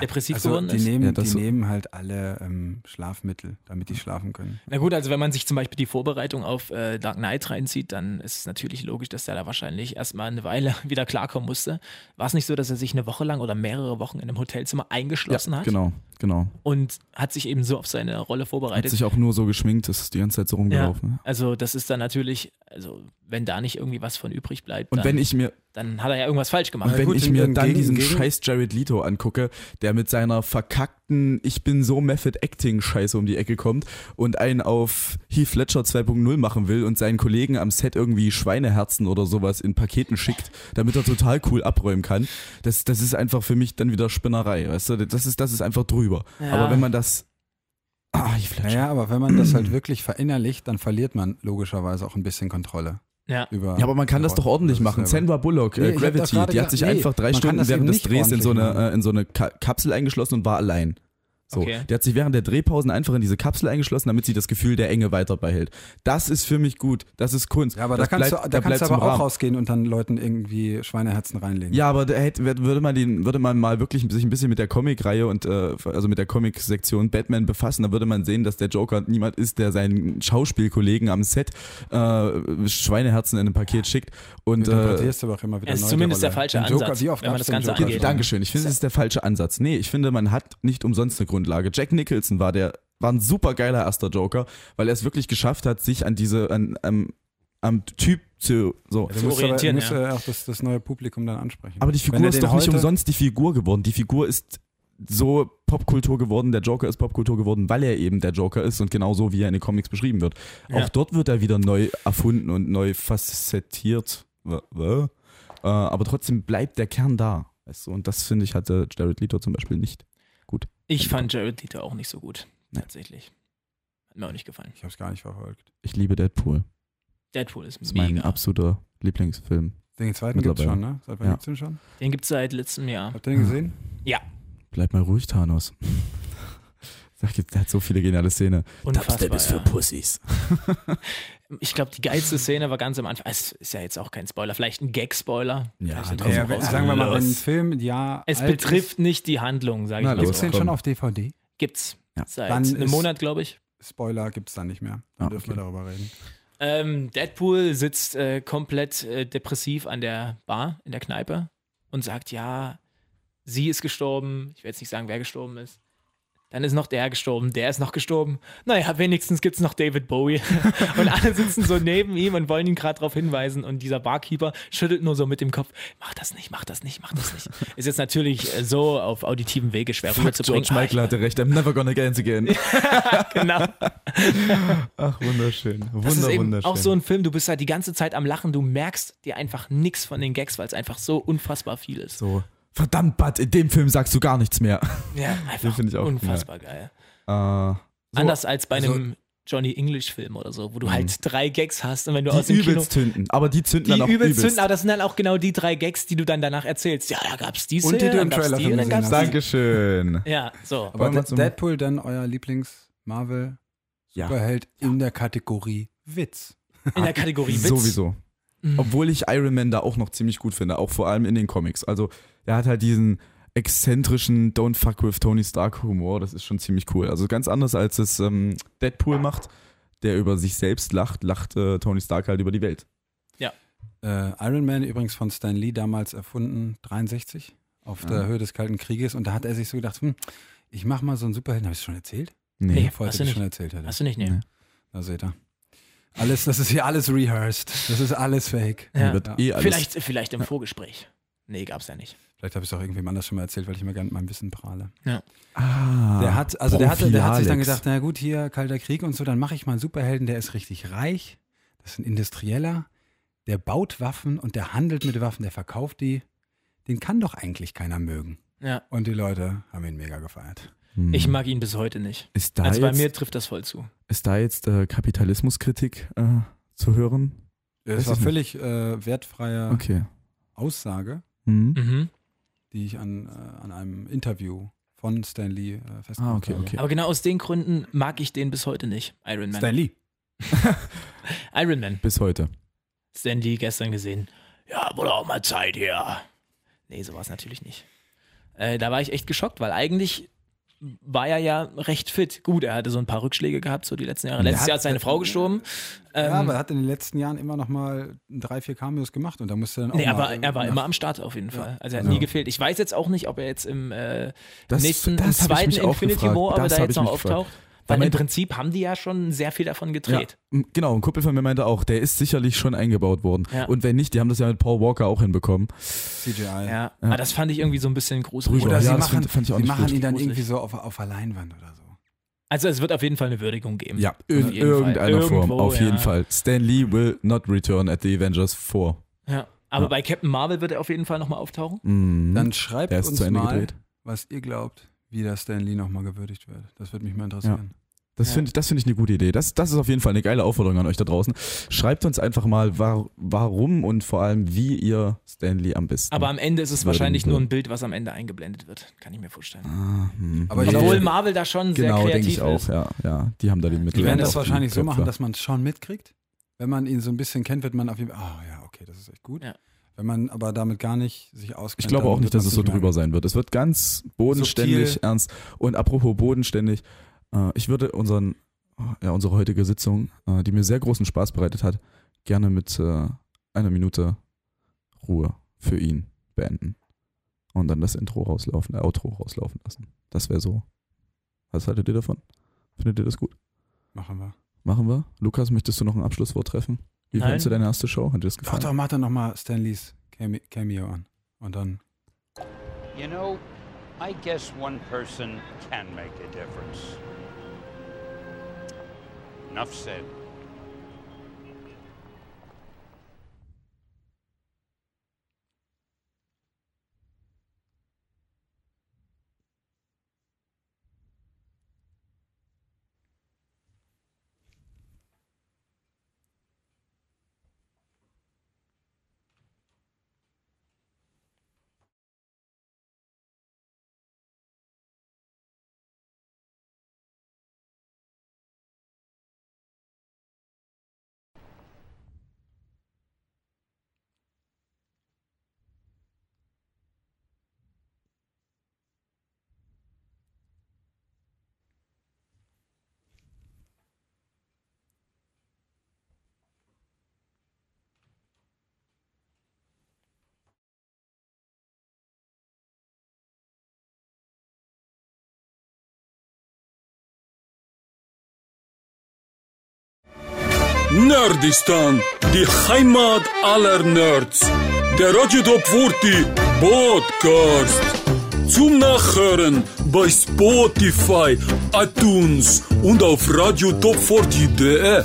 [SPEAKER 2] Depressiv
[SPEAKER 3] also,
[SPEAKER 2] geworden
[SPEAKER 3] die
[SPEAKER 2] ist.
[SPEAKER 3] Nehmen,
[SPEAKER 4] Ja, das
[SPEAKER 3] die
[SPEAKER 4] so-
[SPEAKER 3] nehmen halt alle ähm, Schlafmittel, damit
[SPEAKER 2] Mhm.
[SPEAKER 3] die schlafen können.
[SPEAKER 2] Na gut, also wenn man sich zum Beispiel die Vorbereitung auf äh, Dark Knight reinzieht, dann ist es natürlich logisch, dass der da wahrscheinlich erstmal eine Weile wieder klarkommen musste. War es nicht so, dass er sich eine Woche lang oder mehrere Wochen in einem Hotelzimmer eingeschlossen hat
[SPEAKER 4] Genau, genau.
[SPEAKER 2] und hat sich eben so auf seine Rolle
[SPEAKER 4] Hat
[SPEAKER 2] vorbereitet?
[SPEAKER 4] sich auch nur so geschminkt, ist die ganze Zeit so
[SPEAKER 2] ja.
[SPEAKER 4] rumgelaufen.
[SPEAKER 2] Also das ist dann natürlich, also wenn da nicht irgendwie was von übrig bleibt,
[SPEAKER 4] Und
[SPEAKER 2] dann,
[SPEAKER 4] wenn ich mir
[SPEAKER 2] dann hat er ja irgendwas falsch gemacht.
[SPEAKER 4] Und wenn
[SPEAKER 3] gut,
[SPEAKER 4] ich
[SPEAKER 3] im-
[SPEAKER 4] mir
[SPEAKER 3] im
[SPEAKER 4] dann
[SPEAKER 3] Gegen-
[SPEAKER 4] diesen
[SPEAKER 3] Gegen-
[SPEAKER 4] scheiß Jared Leto angucke, der mit seiner verkackten Ich bin so Method Acting Scheiße um die Ecke kommt und einen auf Heath Ledger 2.0 machen will und seinen Kollegen am Set irgendwie Schweineherzen oder sowas in Paketen schickt, damit er total cool abräumen kann, das, das ist einfach für mich dann wieder Spinnerei, weißt du? Das ist, das ist einfach drüber.
[SPEAKER 2] Ja.
[SPEAKER 4] Aber wenn man das. Ah, Heath Ledger.
[SPEAKER 3] Naja, aber wenn man das halt wirklich verinnerlicht, dann verliert man logischerweise auch ein bisschen Kontrolle
[SPEAKER 2] ja.
[SPEAKER 3] über.
[SPEAKER 4] Ja, aber man kann
[SPEAKER 3] über-
[SPEAKER 4] das doch ordentlich
[SPEAKER 3] über
[SPEAKER 4] machen.
[SPEAKER 3] sich selber.
[SPEAKER 4] Sandra Bullock,
[SPEAKER 3] Nee,
[SPEAKER 4] äh,
[SPEAKER 3] ich hab doch
[SPEAKER 4] Gravity,
[SPEAKER 3] gerade
[SPEAKER 4] die hat sich
[SPEAKER 3] gedacht, nee,
[SPEAKER 4] einfach drei
[SPEAKER 3] man kann
[SPEAKER 4] Stunden
[SPEAKER 3] das
[SPEAKER 4] während
[SPEAKER 3] eben
[SPEAKER 4] des
[SPEAKER 3] nicht
[SPEAKER 4] Drehs in so
[SPEAKER 3] ordentlich
[SPEAKER 4] eine, äh, in so eine Ka Kapsel eingeschlossen und war allein. So.
[SPEAKER 2] Okay.
[SPEAKER 4] Die hat sich während der Drehpausen einfach in diese Kapsel eingeschlossen, damit sie das Gefühl der Enge weiter behält. Das ist für mich gut. Das ist Kunst.
[SPEAKER 3] Ja, aber
[SPEAKER 4] das
[SPEAKER 3] da kannst
[SPEAKER 4] bleibt-
[SPEAKER 3] du, da
[SPEAKER 4] das
[SPEAKER 3] kannst du
[SPEAKER 4] bleibt
[SPEAKER 3] aber
[SPEAKER 4] im
[SPEAKER 3] auch
[SPEAKER 4] Rahmen.
[SPEAKER 3] rausgehen und dann Leuten irgendwie Schweineherzen reinlegen.
[SPEAKER 4] Ja, aber da hätte, würde, man den, würde man mal wirklich sich ein bisschen mit der Comic-Reihe und äh, also mit der Comic-Sektion Batman befassen, da würde man sehen, dass der Joker niemand ist, der seinen Schauspielkollegen am Set äh, Schweineherzen in ein Paket schickt. Und
[SPEAKER 3] Du
[SPEAKER 4] äh,
[SPEAKER 3] interpretierst aber auch immer wieder
[SPEAKER 2] Es
[SPEAKER 3] neu
[SPEAKER 2] ist
[SPEAKER 3] die
[SPEAKER 2] zumindest der
[SPEAKER 3] Rolle.
[SPEAKER 2] falsche
[SPEAKER 3] Den Joker,
[SPEAKER 2] Ansatz,
[SPEAKER 3] wie oft
[SPEAKER 2] wenn man
[SPEAKER 3] gab's
[SPEAKER 2] das
[SPEAKER 3] den
[SPEAKER 2] Ganze
[SPEAKER 3] Joker
[SPEAKER 2] angeht.
[SPEAKER 3] schon?
[SPEAKER 4] Dankeschön. Ich finde, es ist der falsche Ansatz. Nee, ich finde, man hat nicht umsonst eine Grundlage. Jack Nicholson war der war ein super geiler erster Joker, weil er es wirklich geschafft hat, sich an diese, an, am, am Typ zu, so.
[SPEAKER 3] Du musst
[SPEAKER 2] orientieren,
[SPEAKER 3] aber, du musst, äh, auch das, das neue Publikum dann ansprechen.
[SPEAKER 4] Aber die
[SPEAKER 3] Wenn
[SPEAKER 4] Figur
[SPEAKER 3] er
[SPEAKER 4] ist
[SPEAKER 3] den
[SPEAKER 4] doch nicht
[SPEAKER 3] heute-
[SPEAKER 4] umsonst die Figur geworden. Die Figur ist so Popkultur geworden, der Joker ist Popkultur geworden, weil er eben der Joker ist und genau so, wie er in den Comics beschrieben wird.
[SPEAKER 2] Ja.
[SPEAKER 4] Auch dort wird er wieder neu erfunden und neu facettiert. W- w- Äh, aber trotzdem bleibt der Kern da. Weißt du? Und das, finde ich, hatte Jared Leto zum Beispiel nicht.
[SPEAKER 2] Ich fand Jared Leto auch nicht so gut.
[SPEAKER 4] Nee.
[SPEAKER 2] Tatsächlich. Hat mir auch nicht gefallen.
[SPEAKER 3] Ich habe es gar nicht verfolgt.
[SPEAKER 4] Ich liebe Deadpool.
[SPEAKER 2] Deadpool ist,
[SPEAKER 4] Das ist mein
[SPEAKER 2] mega.
[SPEAKER 4] absoluter Lieblingsfil.m
[SPEAKER 3] Den zweiten gibt's
[SPEAKER 4] Mittlerweile.
[SPEAKER 3] schon, ne? Seit wann
[SPEAKER 4] Ja.
[SPEAKER 3] gibt's den schon?
[SPEAKER 2] Den gibt es seit letztem Jahr.
[SPEAKER 3] Habt ihr den gesehen?
[SPEAKER 4] Bleib mal ruhig, Thanos. Sag jetzt, der hat so viele geniale Szene.
[SPEAKER 2] Unfassbar. Ja.
[SPEAKER 4] Pussys.
[SPEAKER 2] Ich glaube, die geilste Szene war ganz am Anfang. Es ist ja jetzt auch kein Spoiler, vielleicht ein Gag-Spoiler.
[SPEAKER 4] Ja,
[SPEAKER 2] Vielleicht
[SPEAKER 4] komm,
[SPEAKER 2] ein
[SPEAKER 3] Ja,
[SPEAKER 4] raus.
[SPEAKER 3] wenn, sagen wir mal, wenn ein
[SPEAKER 4] Los.
[SPEAKER 3] Film ein Jahr
[SPEAKER 2] Es
[SPEAKER 3] alt
[SPEAKER 2] betrifft nicht die Handlung, sage ich
[SPEAKER 4] Na
[SPEAKER 2] mal.
[SPEAKER 3] Gibt
[SPEAKER 4] los.
[SPEAKER 3] es den
[SPEAKER 4] komm.
[SPEAKER 3] schon auf DVD?
[SPEAKER 2] Gibt's
[SPEAKER 4] Ja.
[SPEAKER 2] seit
[SPEAKER 3] Dann
[SPEAKER 2] einem
[SPEAKER 3] ist-
[SPEAKER 2] Monat, glaube ich.
[SPEAKER 3] Spoiler gibt es dann nicht mehr. Dann
[SPEAKER 4] Ah,
[SPEAKER 3] dürfen wir
[SPEAKER 4] okay.
[SPEAKER 3] darüber reden.
[SPEAKER 2] Ähm, Deadpool sitzt äh, komplett äh, depressiv an der Bar, in der Kneipe und sagt, ja, sie ist gestorben. Ich will jetzt nicht sagen, wer gestorben ist. Dann ist noch der gestorben, der ist noch gestorben. Naja, wenigstens gibt es noch David Bowie. Und alle sitzen so neben ihm und wollen ihn gerade darauf hinweisen. Und dieser Barkeeper schüttelt nur so mit dem Kopf: Mach das nicht, mach das nicht, mach das nicht. Ist jetzt natürlich äh, so auf auditiven Wege schwer
[SPEAKER 4] Fuck,
[SPEAKER 2] rüberzubringen.
[SPEAKER 4] George Michael hatte recht. I'm never gonna dance again.
[SPEAKER 2] Ah, Genau.
[SPEAKER 4] Ach, wunderschön. Wunder,
[SPEAKER 2] Das ist eben
[SPEAKER 4] wunderschön.
[SPEAKER 2] auch so ein Film, du bist halt die ganze Zeit am Lachen, du merkst dir einfach nichts von den Gags, weil es einfach so unfassbar viel ist.
[SPEAKER 4] So, Verdammt, Bud, in dem Film sagst du gar nichts mehr.
[SPEAKER 2] Ja, einfach
[SPEAKER 4] finde ich auch
[SPEAKER 2] unfassbar geil.
[SPEAKER 4] Äh, so, also Mhm.
[SPEAKER 2] Anders als bei einem Johnny English-Film oder so, wo du halt drei Gags hast und wenn du aus
[SPEAKER 4] die
[SPEAKER 2] dem Kino.
[SPEAKER 4] übelst zünden. Aber die zünden
[SPEAKER 2] Die
[SPEAKER 4] dann auch
[SPEAKER 2] übelst
[SPEAKER 4] übelst.
[SPEAKER 2] zünden, aber das sind dann auch genau die drei Gags, die du dann danach erzählst. Ja, da gab's die
[SPEAKER 3] Und die
[SPEAKER 2] Szene,
[SPEAKER 3] du im
[SPEAKER 2] dann gab's
[SPEAKER 3] Trailer
[SPEAKER 2] die,
[SPEAKER 3] schon
[SPEAKER 2] und dann
[SPEAKER 3] gesehen
[SPEAKER 2] gab's
[SPEAKER 3] hast.
[SPEAKER 2] die.
[SPEAKER 4] Dankeschön.
[SPEAKER 2] Ja, so.
[SPEAKER 3] Aber
[SPEAKER 4] Wollen wir
[SPEAKER 3] De-
[SPEAKER 4] zum-
[SPEAKER 3] Deadpool dann euer Lieblings-Marvel-Superheld
[SPEAKER 4] Ja.
[SPEAKER 3] in der Kategorie Witz.
[SPEAKER 2] In der Kategorie Witz.
[SPEAKER 4] Sowieso.
[SPEAKER 2] Mhm.
[SPEAKER 4] Obwohl ich Iron Man da auch noch ziemlich gut finde, auch vor allem in den Comics. Also, er hat halt diesen exzentrischen Don't fuck with Tony Stark Humor, das ist schon ziemlich cool. Also ganz anders als es ähm, Deadpool macht, der über sich selbst lacht, lacht äh, Tony Stark halt über die Welt.
[SPEAKER 3] Äh, Iron Man übrigens von Stan Lee damals erfunden, 63, auf der Höhe des Kalten Krieges. Und da hat er sich so gedacht, hm, ich mach mal so einen Superhelden. Habe ich das schon erzählt?
[SPEAKER 2] Nee,
[SPEAKER 3] Bevor
[SPEAKER 2] hast
[SPEAKER 3] ich
[SPEAKER 2] du
[SPEAKER 3] das
[SPEAKER 2] nicht.
[SPEAKER 3] schon erzählt hätte.
[SPEAKER 2] Hast du nicht nehmen.
[SPEAKER 3] Da seht ihr. Alles, das ist hier alles rehearsed. Das ist alles fake.
[SPEAKER 2] Ja.
[SPEAKER 4] Wird eh alles.
[SPEAKER 2] Vielleicht, vielleicht im Vorgespräch. Nee, gab's ja nicht.
[SPEAKER 3] Vielleicht habe ich es auch irgendwem anders schon mal erzählt, weil ich immer gerne mit meinem Wissen prahle.
[SPEAKER 4] Ah,
[SPEAKER 3] Der hat, also der hat, der hat sich dann
[SPEAKER 4] Profi-Alex.
[SPEAKER 3] gedacht, na gut, hier Kalter Krieg und so, dann mache ich mal einen Superhelden, der ist richtig reich, das ist ein Industrieller, der baut Waffen und der handelt mit Waffen, der verkauft die. Den kann doch eigentlich keiner mögen.
[SPEAKER 2] Ja.
[SPEAKER 3] Und die Leute haben ihn mega gefeiert.
[SPEAKER 4] Hm.
[SPEAKER 2] Ich mag ihn bis heute nicht.
[SPEAKER 4] Ist da
[SPEAKER 2] Also bei
[SPEAKER 4] jetzt,
[SPEAKER 2] mir trifft das voll zu.
[SPEAKER 4] ist da jetzt äh, Kapitalismuskritik äh, zu hören?
[SPEAKER 3] Das
[SPEAKER 4] Weiß
[SPEAKER 3] war
[SPEAKER 4] ich
[SPEAKER 3] völlig äh, wertfreie
[SPEAKER 4] Okay.
[SPEAKER 3] Aussage,
[SPEAKER 4] Hm.
[SPEAKER 2] Mhm.
[SPEAKER 3] die ich an, äh, an einem Interview von Stan Lee äh, festgestellt
[SPEAKER 4] Ah, okay, okay.
[SPEAKER 2] Aber genau aus den Gründen mag ich den bis heute nicht. Iron Man.
[SPEAKER 3] Stan Lee.
[SPEAKER 2] Iron Man.
[SPEAKER 4] Bis heute.
[SPEAKER 2] Stan Lee gestern gesehen. Ja, wurde auch mal Zeit hier. Nee, so war es natürlich nicht. Äh, da war ich echt geschockt, weil eigentlich war er ja recht fit. Gut, er hatte so ein paar Rückschläge gehabt, so die letzten Jahre. Letztes
[SPEAKER 3] hat-
[SPEAKER 2] Jahr hat seine Frau gestorben. Ähm,
[SPEAKER 3] ja, aber er hat in den letzten Jahren immer noch mal drei, vier Cameos gemacht und da musste dann auch
[SPEAKER 2] nee,
[SPEAKER 3] mal,
[SPEAKER 2] aber er war
[SPEAKER 3] nach-
[SPEAKER 2] immer am Start auf jeden Fall. Also er hat
[SPEAKER 3] Ja.
[SPEAKER 2] nie gefehlt. Ich weiß jetzt auch nicht, ob er jetzt im äh,
[SPEAKER 4] genau. Das-
[SPEAKER 2] nächsten,
[SPEAKER 4] das
[SPEAKER 2] im
[SPEAKER 4] hab ich
[SPEAKER 2] zweiten
[SPEAKER 4] mich auch
[SPEAKER 2] Infinity
[SPEAKER 4] gefragt.
[SPEAKER 2] War, aber
[SPEAKER 4] Das
[SPEAKER 2] da
[SPEAKER 4] hab
[SPEAKER 2] jetzt
[SPEAKER 4] ich
[SPEAKER 2] noch
[SPEAKER 4] mich gefragt.
[SPEAKER 2] auftaucht. Weil im
[SPEAKER 4] meinte-
[SPEAKER 2] Prinzip haben die ja schon sehr viel davon gedreht.
[SPEAKER 4] m- Genau, ein Kumpel von mir meinte auch, der ist sicherlich schon eingebaut worden.
[SPEAKER 2] Ja.
[SPEAKER 4] Und wenn nicht, die haben das ja mit Paul Walker auch hinbekommen.
[SPEAKER 3] CGI.
[SPEAKER 2] Ja, aber das fand ich irgendwie so ein bisschen gruselig.
[SPEAKER 4] Drüber.
[SPEAKER 3] Oder
[SPEAKER 4] Ja,
[SPEAKER 3] sie
[SPEAKER 4] das
[SPEAKER 3] machen,
[SPEAKER 4] fand- fand ich auch
[SPEAKER 3] sie
[SPEAKER 4] nicht
[SPEAKER 3] machen
[SPEAKER 4] gut. Hm?
[SPEAKER 3] ihn dann
[SPEAKER 2] Gruselig.
[SPEAKER 3] irgendwie so auf, auf der Leinwand oder so.
[SPEAKER 2] Also es wird auf jeden Fall eine Würdigung geben.
[SPEAKER 4] Ja, in
[SPEAKER 2] Auf jeden Fall.
[SPEAKER 4] irgendeiner Form,
[SPEAKER 2] Irgendwo,
[SPEAKER 4] auf
[SPEAKER 2] ja.
[SPEAKER 4] jeden Fall. Stan Lee will not return at the Avengers 4.
[SPEAKER 2] Ja. Aber
[SPEAKER 4] Ja.
[SPEAKER 2] bei Captain Marvel wird er auf jeden Fall nochmal auftauchen.
[SPEAKER 4] Mhm.
[SPEAKER 3] Dann schreibt
[SPEAKER 4] der ist
[SPEAKER 3] uns
[SPEAKER 4] zu Ende
[SPEAKER 3] mal,
[SPEAKER 4] gedreht.
[SPEAKER 3] was ihr glaubt, wie der Stan Lee nochmal gewürdigt wird. Das würde mich mal interessieren.
[SPEAKER 4] Das
[SPEAKER 2] Ja.
[SPEAKER 4] finde ich, das finde ich eine gute Idee. Das, das ist auf jeden Fall eine geile Aufforderung an euch da draußen. Schreibt uns einfach mal, war, warum und vor allem, wie ihr Stanley am besten.
[SPEAKER 2] Aber am Ende ist es
[SPEAKER 4] Würdigen
[SPEAKER 2] wahrscheinlich nur
[SPEAKER 4] würden.
[SPEAKER 2] ein Bild, was am Ende eingeblendet wird. Kann ich mir vorstellen.
[SPEAKER 4] Ah, hm.
[SPEAKER 3] Aber ich
[SPEAKER 2] Obwohl
[SPEAKER 3] glaube,
[SPEAKER 2] Marvel da schon
[SPEAKER 4] genau,
[SPEAKER 2] sehr
[SPEAKER 4] denke
[SPEAKER 2] kreativ
[SPEAKER 4] ich auch.
[SPEAKER 2] ist.
[SPEAKER 4] Ja, ja, die haben da die Mittel.
[SPEAKER 3] Die werden
[SPEAKER 4] und
[SPEAKER 3] das
[SPEAKER 4] auch die
[SPEAKER 3] wahrscheinlich so machen,
[SPEAKER 4] Köpfe.
[SPEAKER 3] dass man es schon mitkriegt. Wenn man ihn so ein bisschen kennt, wird man auf jeden Fall, ah ja, okay, das ist echt gut.
[SPEAKER 2] Ja.
[SPEAKER 3] Wenn man aber damit gar nicht sich auskennt.
[SPEAKER 4] Ich glaube
[SPEAKER 3] dann
[SPEAKER 4] auch nicht,
[SPEAKER 3] wird
[SPEAKER 4] dass es so
[SPEAKER 3] man's
[SPEAKER 4] drüber
[SPEAKER 3] merken.
[SPEAKER 4] sein wird. Es wird ganz bodenständig,
[SPEAKER 3] Subtil.
[SPEAKER 4] ernst. Und apropos bodenständig, äh, ich würde unseren, ja, unsere heutige Sitzung, äh, die mir sehr großen Spaß bereitet hat, gerne mit äh, einer Minute Ruhe für ihn beenden. Und dann das Intro rauslaufen, äh, Outro rauslaufen lassen. Das wäre so. Was haltet ihr davon? Findet ihr das gut?
[SPEAKER 3] Machen wir.
[SPEAKER 4] Machen wir. Lukas, möchtest du noch ein Abschlusswort treffen? Wie
[SPEAKER 2] Nein.
[SPEAKER 4] fandst du deine erste Show? Hat dir das
[SPEAKER 3] Doch,
[SPEAKER 4] gefallen?
[SPEAKER 3] doch, mach dann nochmal Stanleys Came- Cameo an. Und dann,
[SPEAKER 7] You know, I guess one person can make a difference. Enough said.
[SPEAKER 1] Nerdistan, die Heimat aller Nerds. Der Radio Top 40 Podcast. Zum Nachhören bei Spotify, iTunes und auf radiotop40.de.